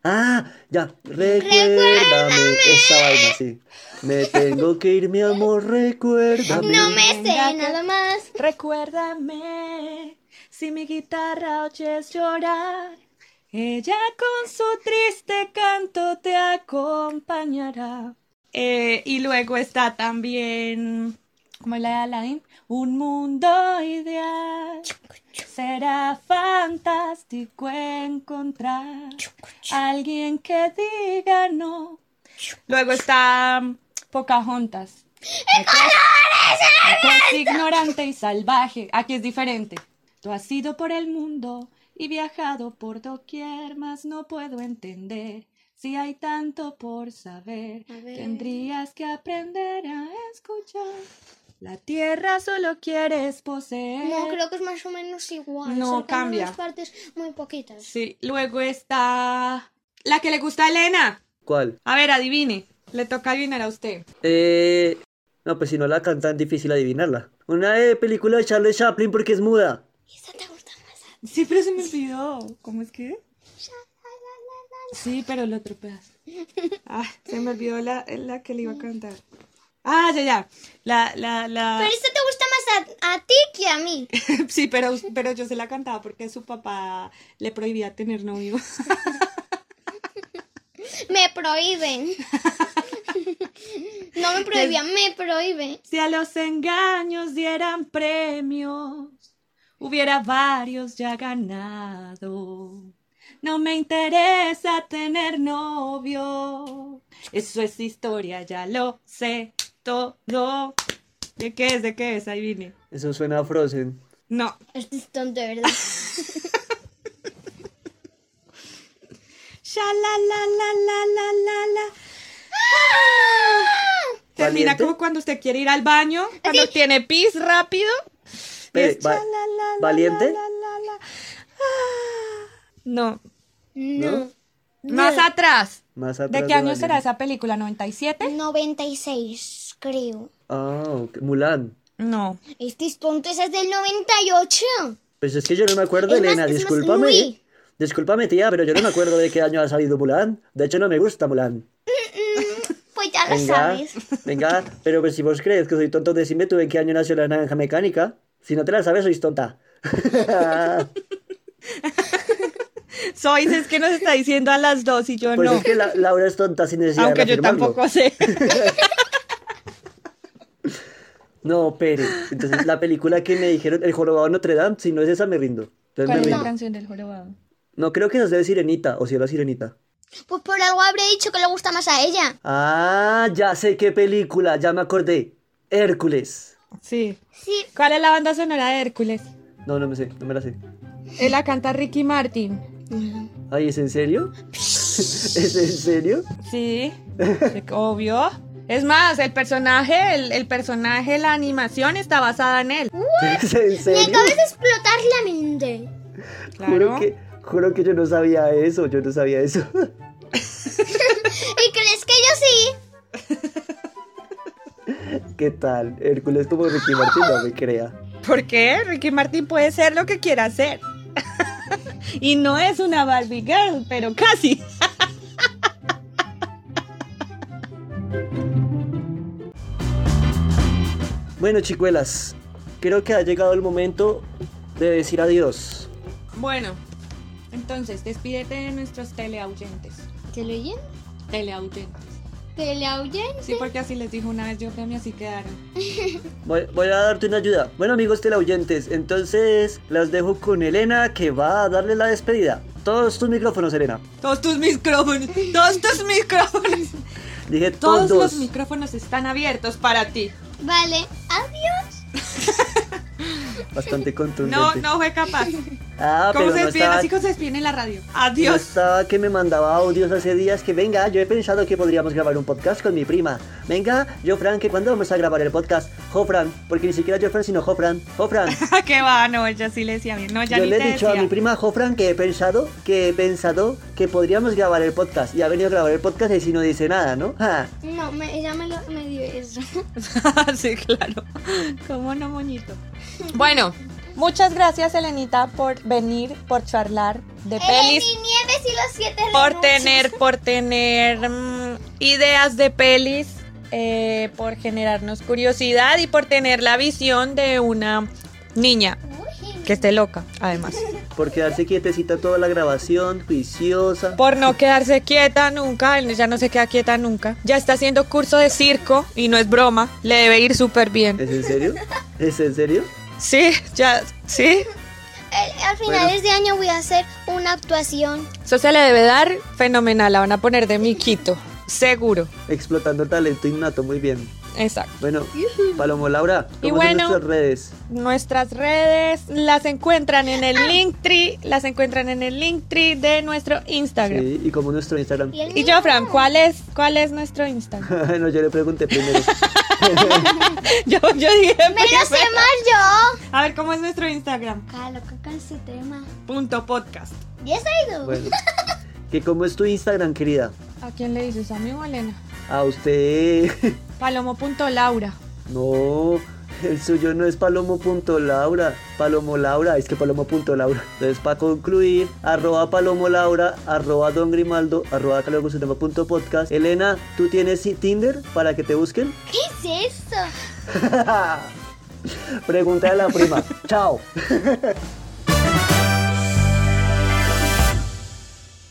A: Ah, ya, recuérdame esa vaina, sí. Me tengo que ir, mi amor, recuérdame.
D: No me sé nada más.
C: Recuérdame si mi guitarra oyes llorar. Ella con su triste canto te acompañará. Eh, y luego está también, como la de Aladdin, un mundo ideal. Será fantástico encontrar alguien que diga no. Luego está mm, Pocahontas. ¡Colores ignorante y salvaje. Aquí es diferente. Tú has ido por el mundo y viajado por doquier, mas no puedo entender. Si hay tanto por saber,
D: A ver.
C: tendrías que aprender a escuchar. La tierra solo quieres poseer.
D: No, creo que es más o menos igual.
C: No,
D: saltando
C: cambia.
D: unas partes muy poquitas.
C: Sí, luego está la que le gusta a Elena.
A: ¿Cuál?
C: A ver, adivine. Le toca adivinar a usted.
A: Eh, no, pues si no la cantan, difícil adivinarla. Una eh, película de Charles Chaplin porque es muda.
D: Y esta te gusta más. a-
C: Sí, pero se me olvidó. ¿Cómo es que? Sí, pero lo tropeas. Ah, se me olvidó la, la que le iba a cantar. Ah, ya, ya. La, la, la.
D: Pero esta te gusta más a, a ti que a mí.
C: <laughs> Sí, pero, pero yo se la cantaba porque su papá le prohibía tener novio.
D: Me <laughs> prohíben. No me prohibían, me prohíben.
C: Si a los engaños dieran premios, hubiera varios ya ganado. No me interesa tener novio. Eso es historia, ya lo sé todo. ¿De qué es? ¿De qué es? Ahí vine.
A: Eso suena a Frozen.
C: No,
D: Esto es tonto, ¿verdad?
C: Sha la la la la la la la.
A: Ah.
C: Termina
A: Valiente.
C: como cuando usted quiere ir al baño, cuando tiene pis rápido.
A: Espere,
C: Es
A: va-
C: sha la la la
A: ¿Valiente?
C: la la la. Ah. No,
D: No.
C: más atrás.
A: Más
C: ¿De
A: atrás
C: qué año
A: Valiente.
C: será esa película? ¿97?
D: 96, creo.
A: Ah, ok, Mulan.
C: No.
D: Este es tonto, esa es del 98.
A: Pues es que yo no me acuerdo,
D: Es más-
A: Elena,
D: es más
A: discúlpame.
D: Louis.
A: ¿eh? Discúlpame, tía, pero yo no me acuerdo de qué año ha salido Mulan. De hecho, no me gusta Mulan.
D: Pues ya lo
A: Venga,
D: sabes.
A: venga, pero pues si vos crees que soy tonto, decime tú en qué año nació la naranja mecánica. Si no te la sabes, sois tonta.
C: Sois es que nos está diciendo a las dos y yo
A: Pues
C: no.
A: es que la- Laura es tonta sin necesidad
C: Aunque
A: de
C: yo
A: afirmarlo.
C: tampoco sé.
A: No, pero entonces la película que me dijeron, El jorobado de Notre Dame, si no es esa me rindo. Entonces
C: ¿Cuál
A: me
C: es la
A: rindo.
C: canción del jorobado?
A: No creo que esa sea de Sirenita, o si era Sirenita.
D: Pues por algo habré dicho que le gusta más a ella.
A: Ah, ya sé qué película, ya me acordé. Hércules.
C: Sí.
D: Sí,
C: ¿Cuál es la banda sonora de Hércules?
A: No, no me sé, no me la sé.
C: Él Eh, la canta Ricky Martin.
A: Ay, ¿es en serio? <laughs> ¿Es en serio?
C: Sí, sí, obvio. Es más, el personaje, el, el personaje, la animación está basada en él.
A: ¿Es en
D: me
A: serio?
D: acabas de explotar la mente.
A: Juro
C: Claro.
A: que, juro que yo no sabía eso, yo no sabía eso. <laughs>
D: ¿Y crees que yo sí?
A: ¿Qué tal? Hércules como Ricky Martin, no me crea.
C: ¿Por qué? Ricky Martin puede ser lo que quiera ser. <laughs> y no es una Barbie Girl, pero casi.
A: Bueno, chicuelas, creo que ha llegado el momento de decir adiós.
C: Bueno, entonces despídete de nuestros teleaudientes.
D: ¿Te lo oyen?
C: Teleaudientes.
D: ¿Te lo oyen?
C: Sí, porque así les dijo una vez yo que así quedaron.
A: Voy, voy a darte una ayuda. Bueno, amigos teleoyentes, entonces las dejo con Elena que va a darle la despedida. Todos tus micrófonos, Elena.
C: Todos tus micrófonos, todos tus micrófonos.
A: Dije
C: Todos
A: todos.
C: los micrófonos están abiertos para ti.
D: Vale, adiós.
C: <laughs>
A: Bastante contundente.
C: No, no fue capaz.
A: Ah,
C: ¿Cómo
A: pero
C: se
A: no
C: despiden?
A: estaba,
C: Así como se despiden en la radio.
A: no
C: <laughs> Adiós.
A: estaba que me mandaba audios hace días que venga, yo he pensado que podríamos grabar un podcast con mi prima. Venga, yo Fran, que cuándo vamos a grabar el podcast? Jofran, porque ni siquiera yo Fran, sino Jofran. Jofran.
C: que Ah, va, no, ella sí le decía bien. No, <laughs> ya
A: Yo
C: ni
A: le
C: te
A: he dicho a
C: decía.
A: mi prima Jofran que he pensado, que he pensado que podríamos grabar el podcast. Y ha venido a grabar el podcast y si no dice nada, ¿no? Ja.
D: No, me, ella me, lo- me dio
C: <laughs>
D: eso.
C: sí, claro. ¿Cómo no, moñito? <laughs> Bueno, muchas gracias, Elenita, por venir, por charlar de pelis,
D: Eleni Nieves y los siete
C: por
D: renuncios.
C: tener, por tener mm, ideas de pelis, eh, por generarnos curiosidad y por tener la visión de una niña
D: Uy.
C: que esté loca, además.
A: Por quedarse quietecita toda la grabación, juiciosa.
C: Por no quedarse quieta nunca, él ya no se queda quieta nunca. Ya está haciendo curso de circo y no es broma, le debe ir súper bien.
A: ¿Es en serio? ¿Es en serio?
C: Sí, ya, sí,
D: El- Al finales de año voy a hacer una actuación.
C: Eso se le debe dar fenomenal, la van a poner de miquito, seguro.
A: Explotando el talento innato, muy bien.
C: Exacto.
A: Bueno, Palomo Laura, ¿cómo son
C: bueno.
A: nuestras redes?
C: Nuestras redes las encuentran en el Linktree, las encuentran en el Linktree de nuestro Instagram.
A: Sí, y como nuestro Instagram.
D: Y el
C: Y
D: mío.
C: yo, Fran, ¿cuál es, cuál es nuestro
A: <laughs>
C: Instagram? <laughs>
A: no, yo le pregunté primero.
C: yo, yo dije,
D: Me
C: <laughs>
D: lo sé
C: primero.
D: más yo.
C: a ver, ¿cómo es nuestro Instagram?
D: Cada loca con su tema.
C: Punto podcast.
D: Ya ha ido.
A: Bueno. ¿Que cómo es tu Instagram, querida?
C: ¿A quién le dices? ¿A mí o a Elena?
A: A usted.
C: Palomo.laura.
A: No, el suyo no es palomo.laura, palomo Laura, es que palomo.laura. Entonces, para concluir, arroba palomo Laura, arroba don Grimaldo, arroba podcast. Elena, ¿tú tienes Tinder para que te busquen? <laughs>
D: ¿Qué es eso?
A: Pregunta a la prima. Chao.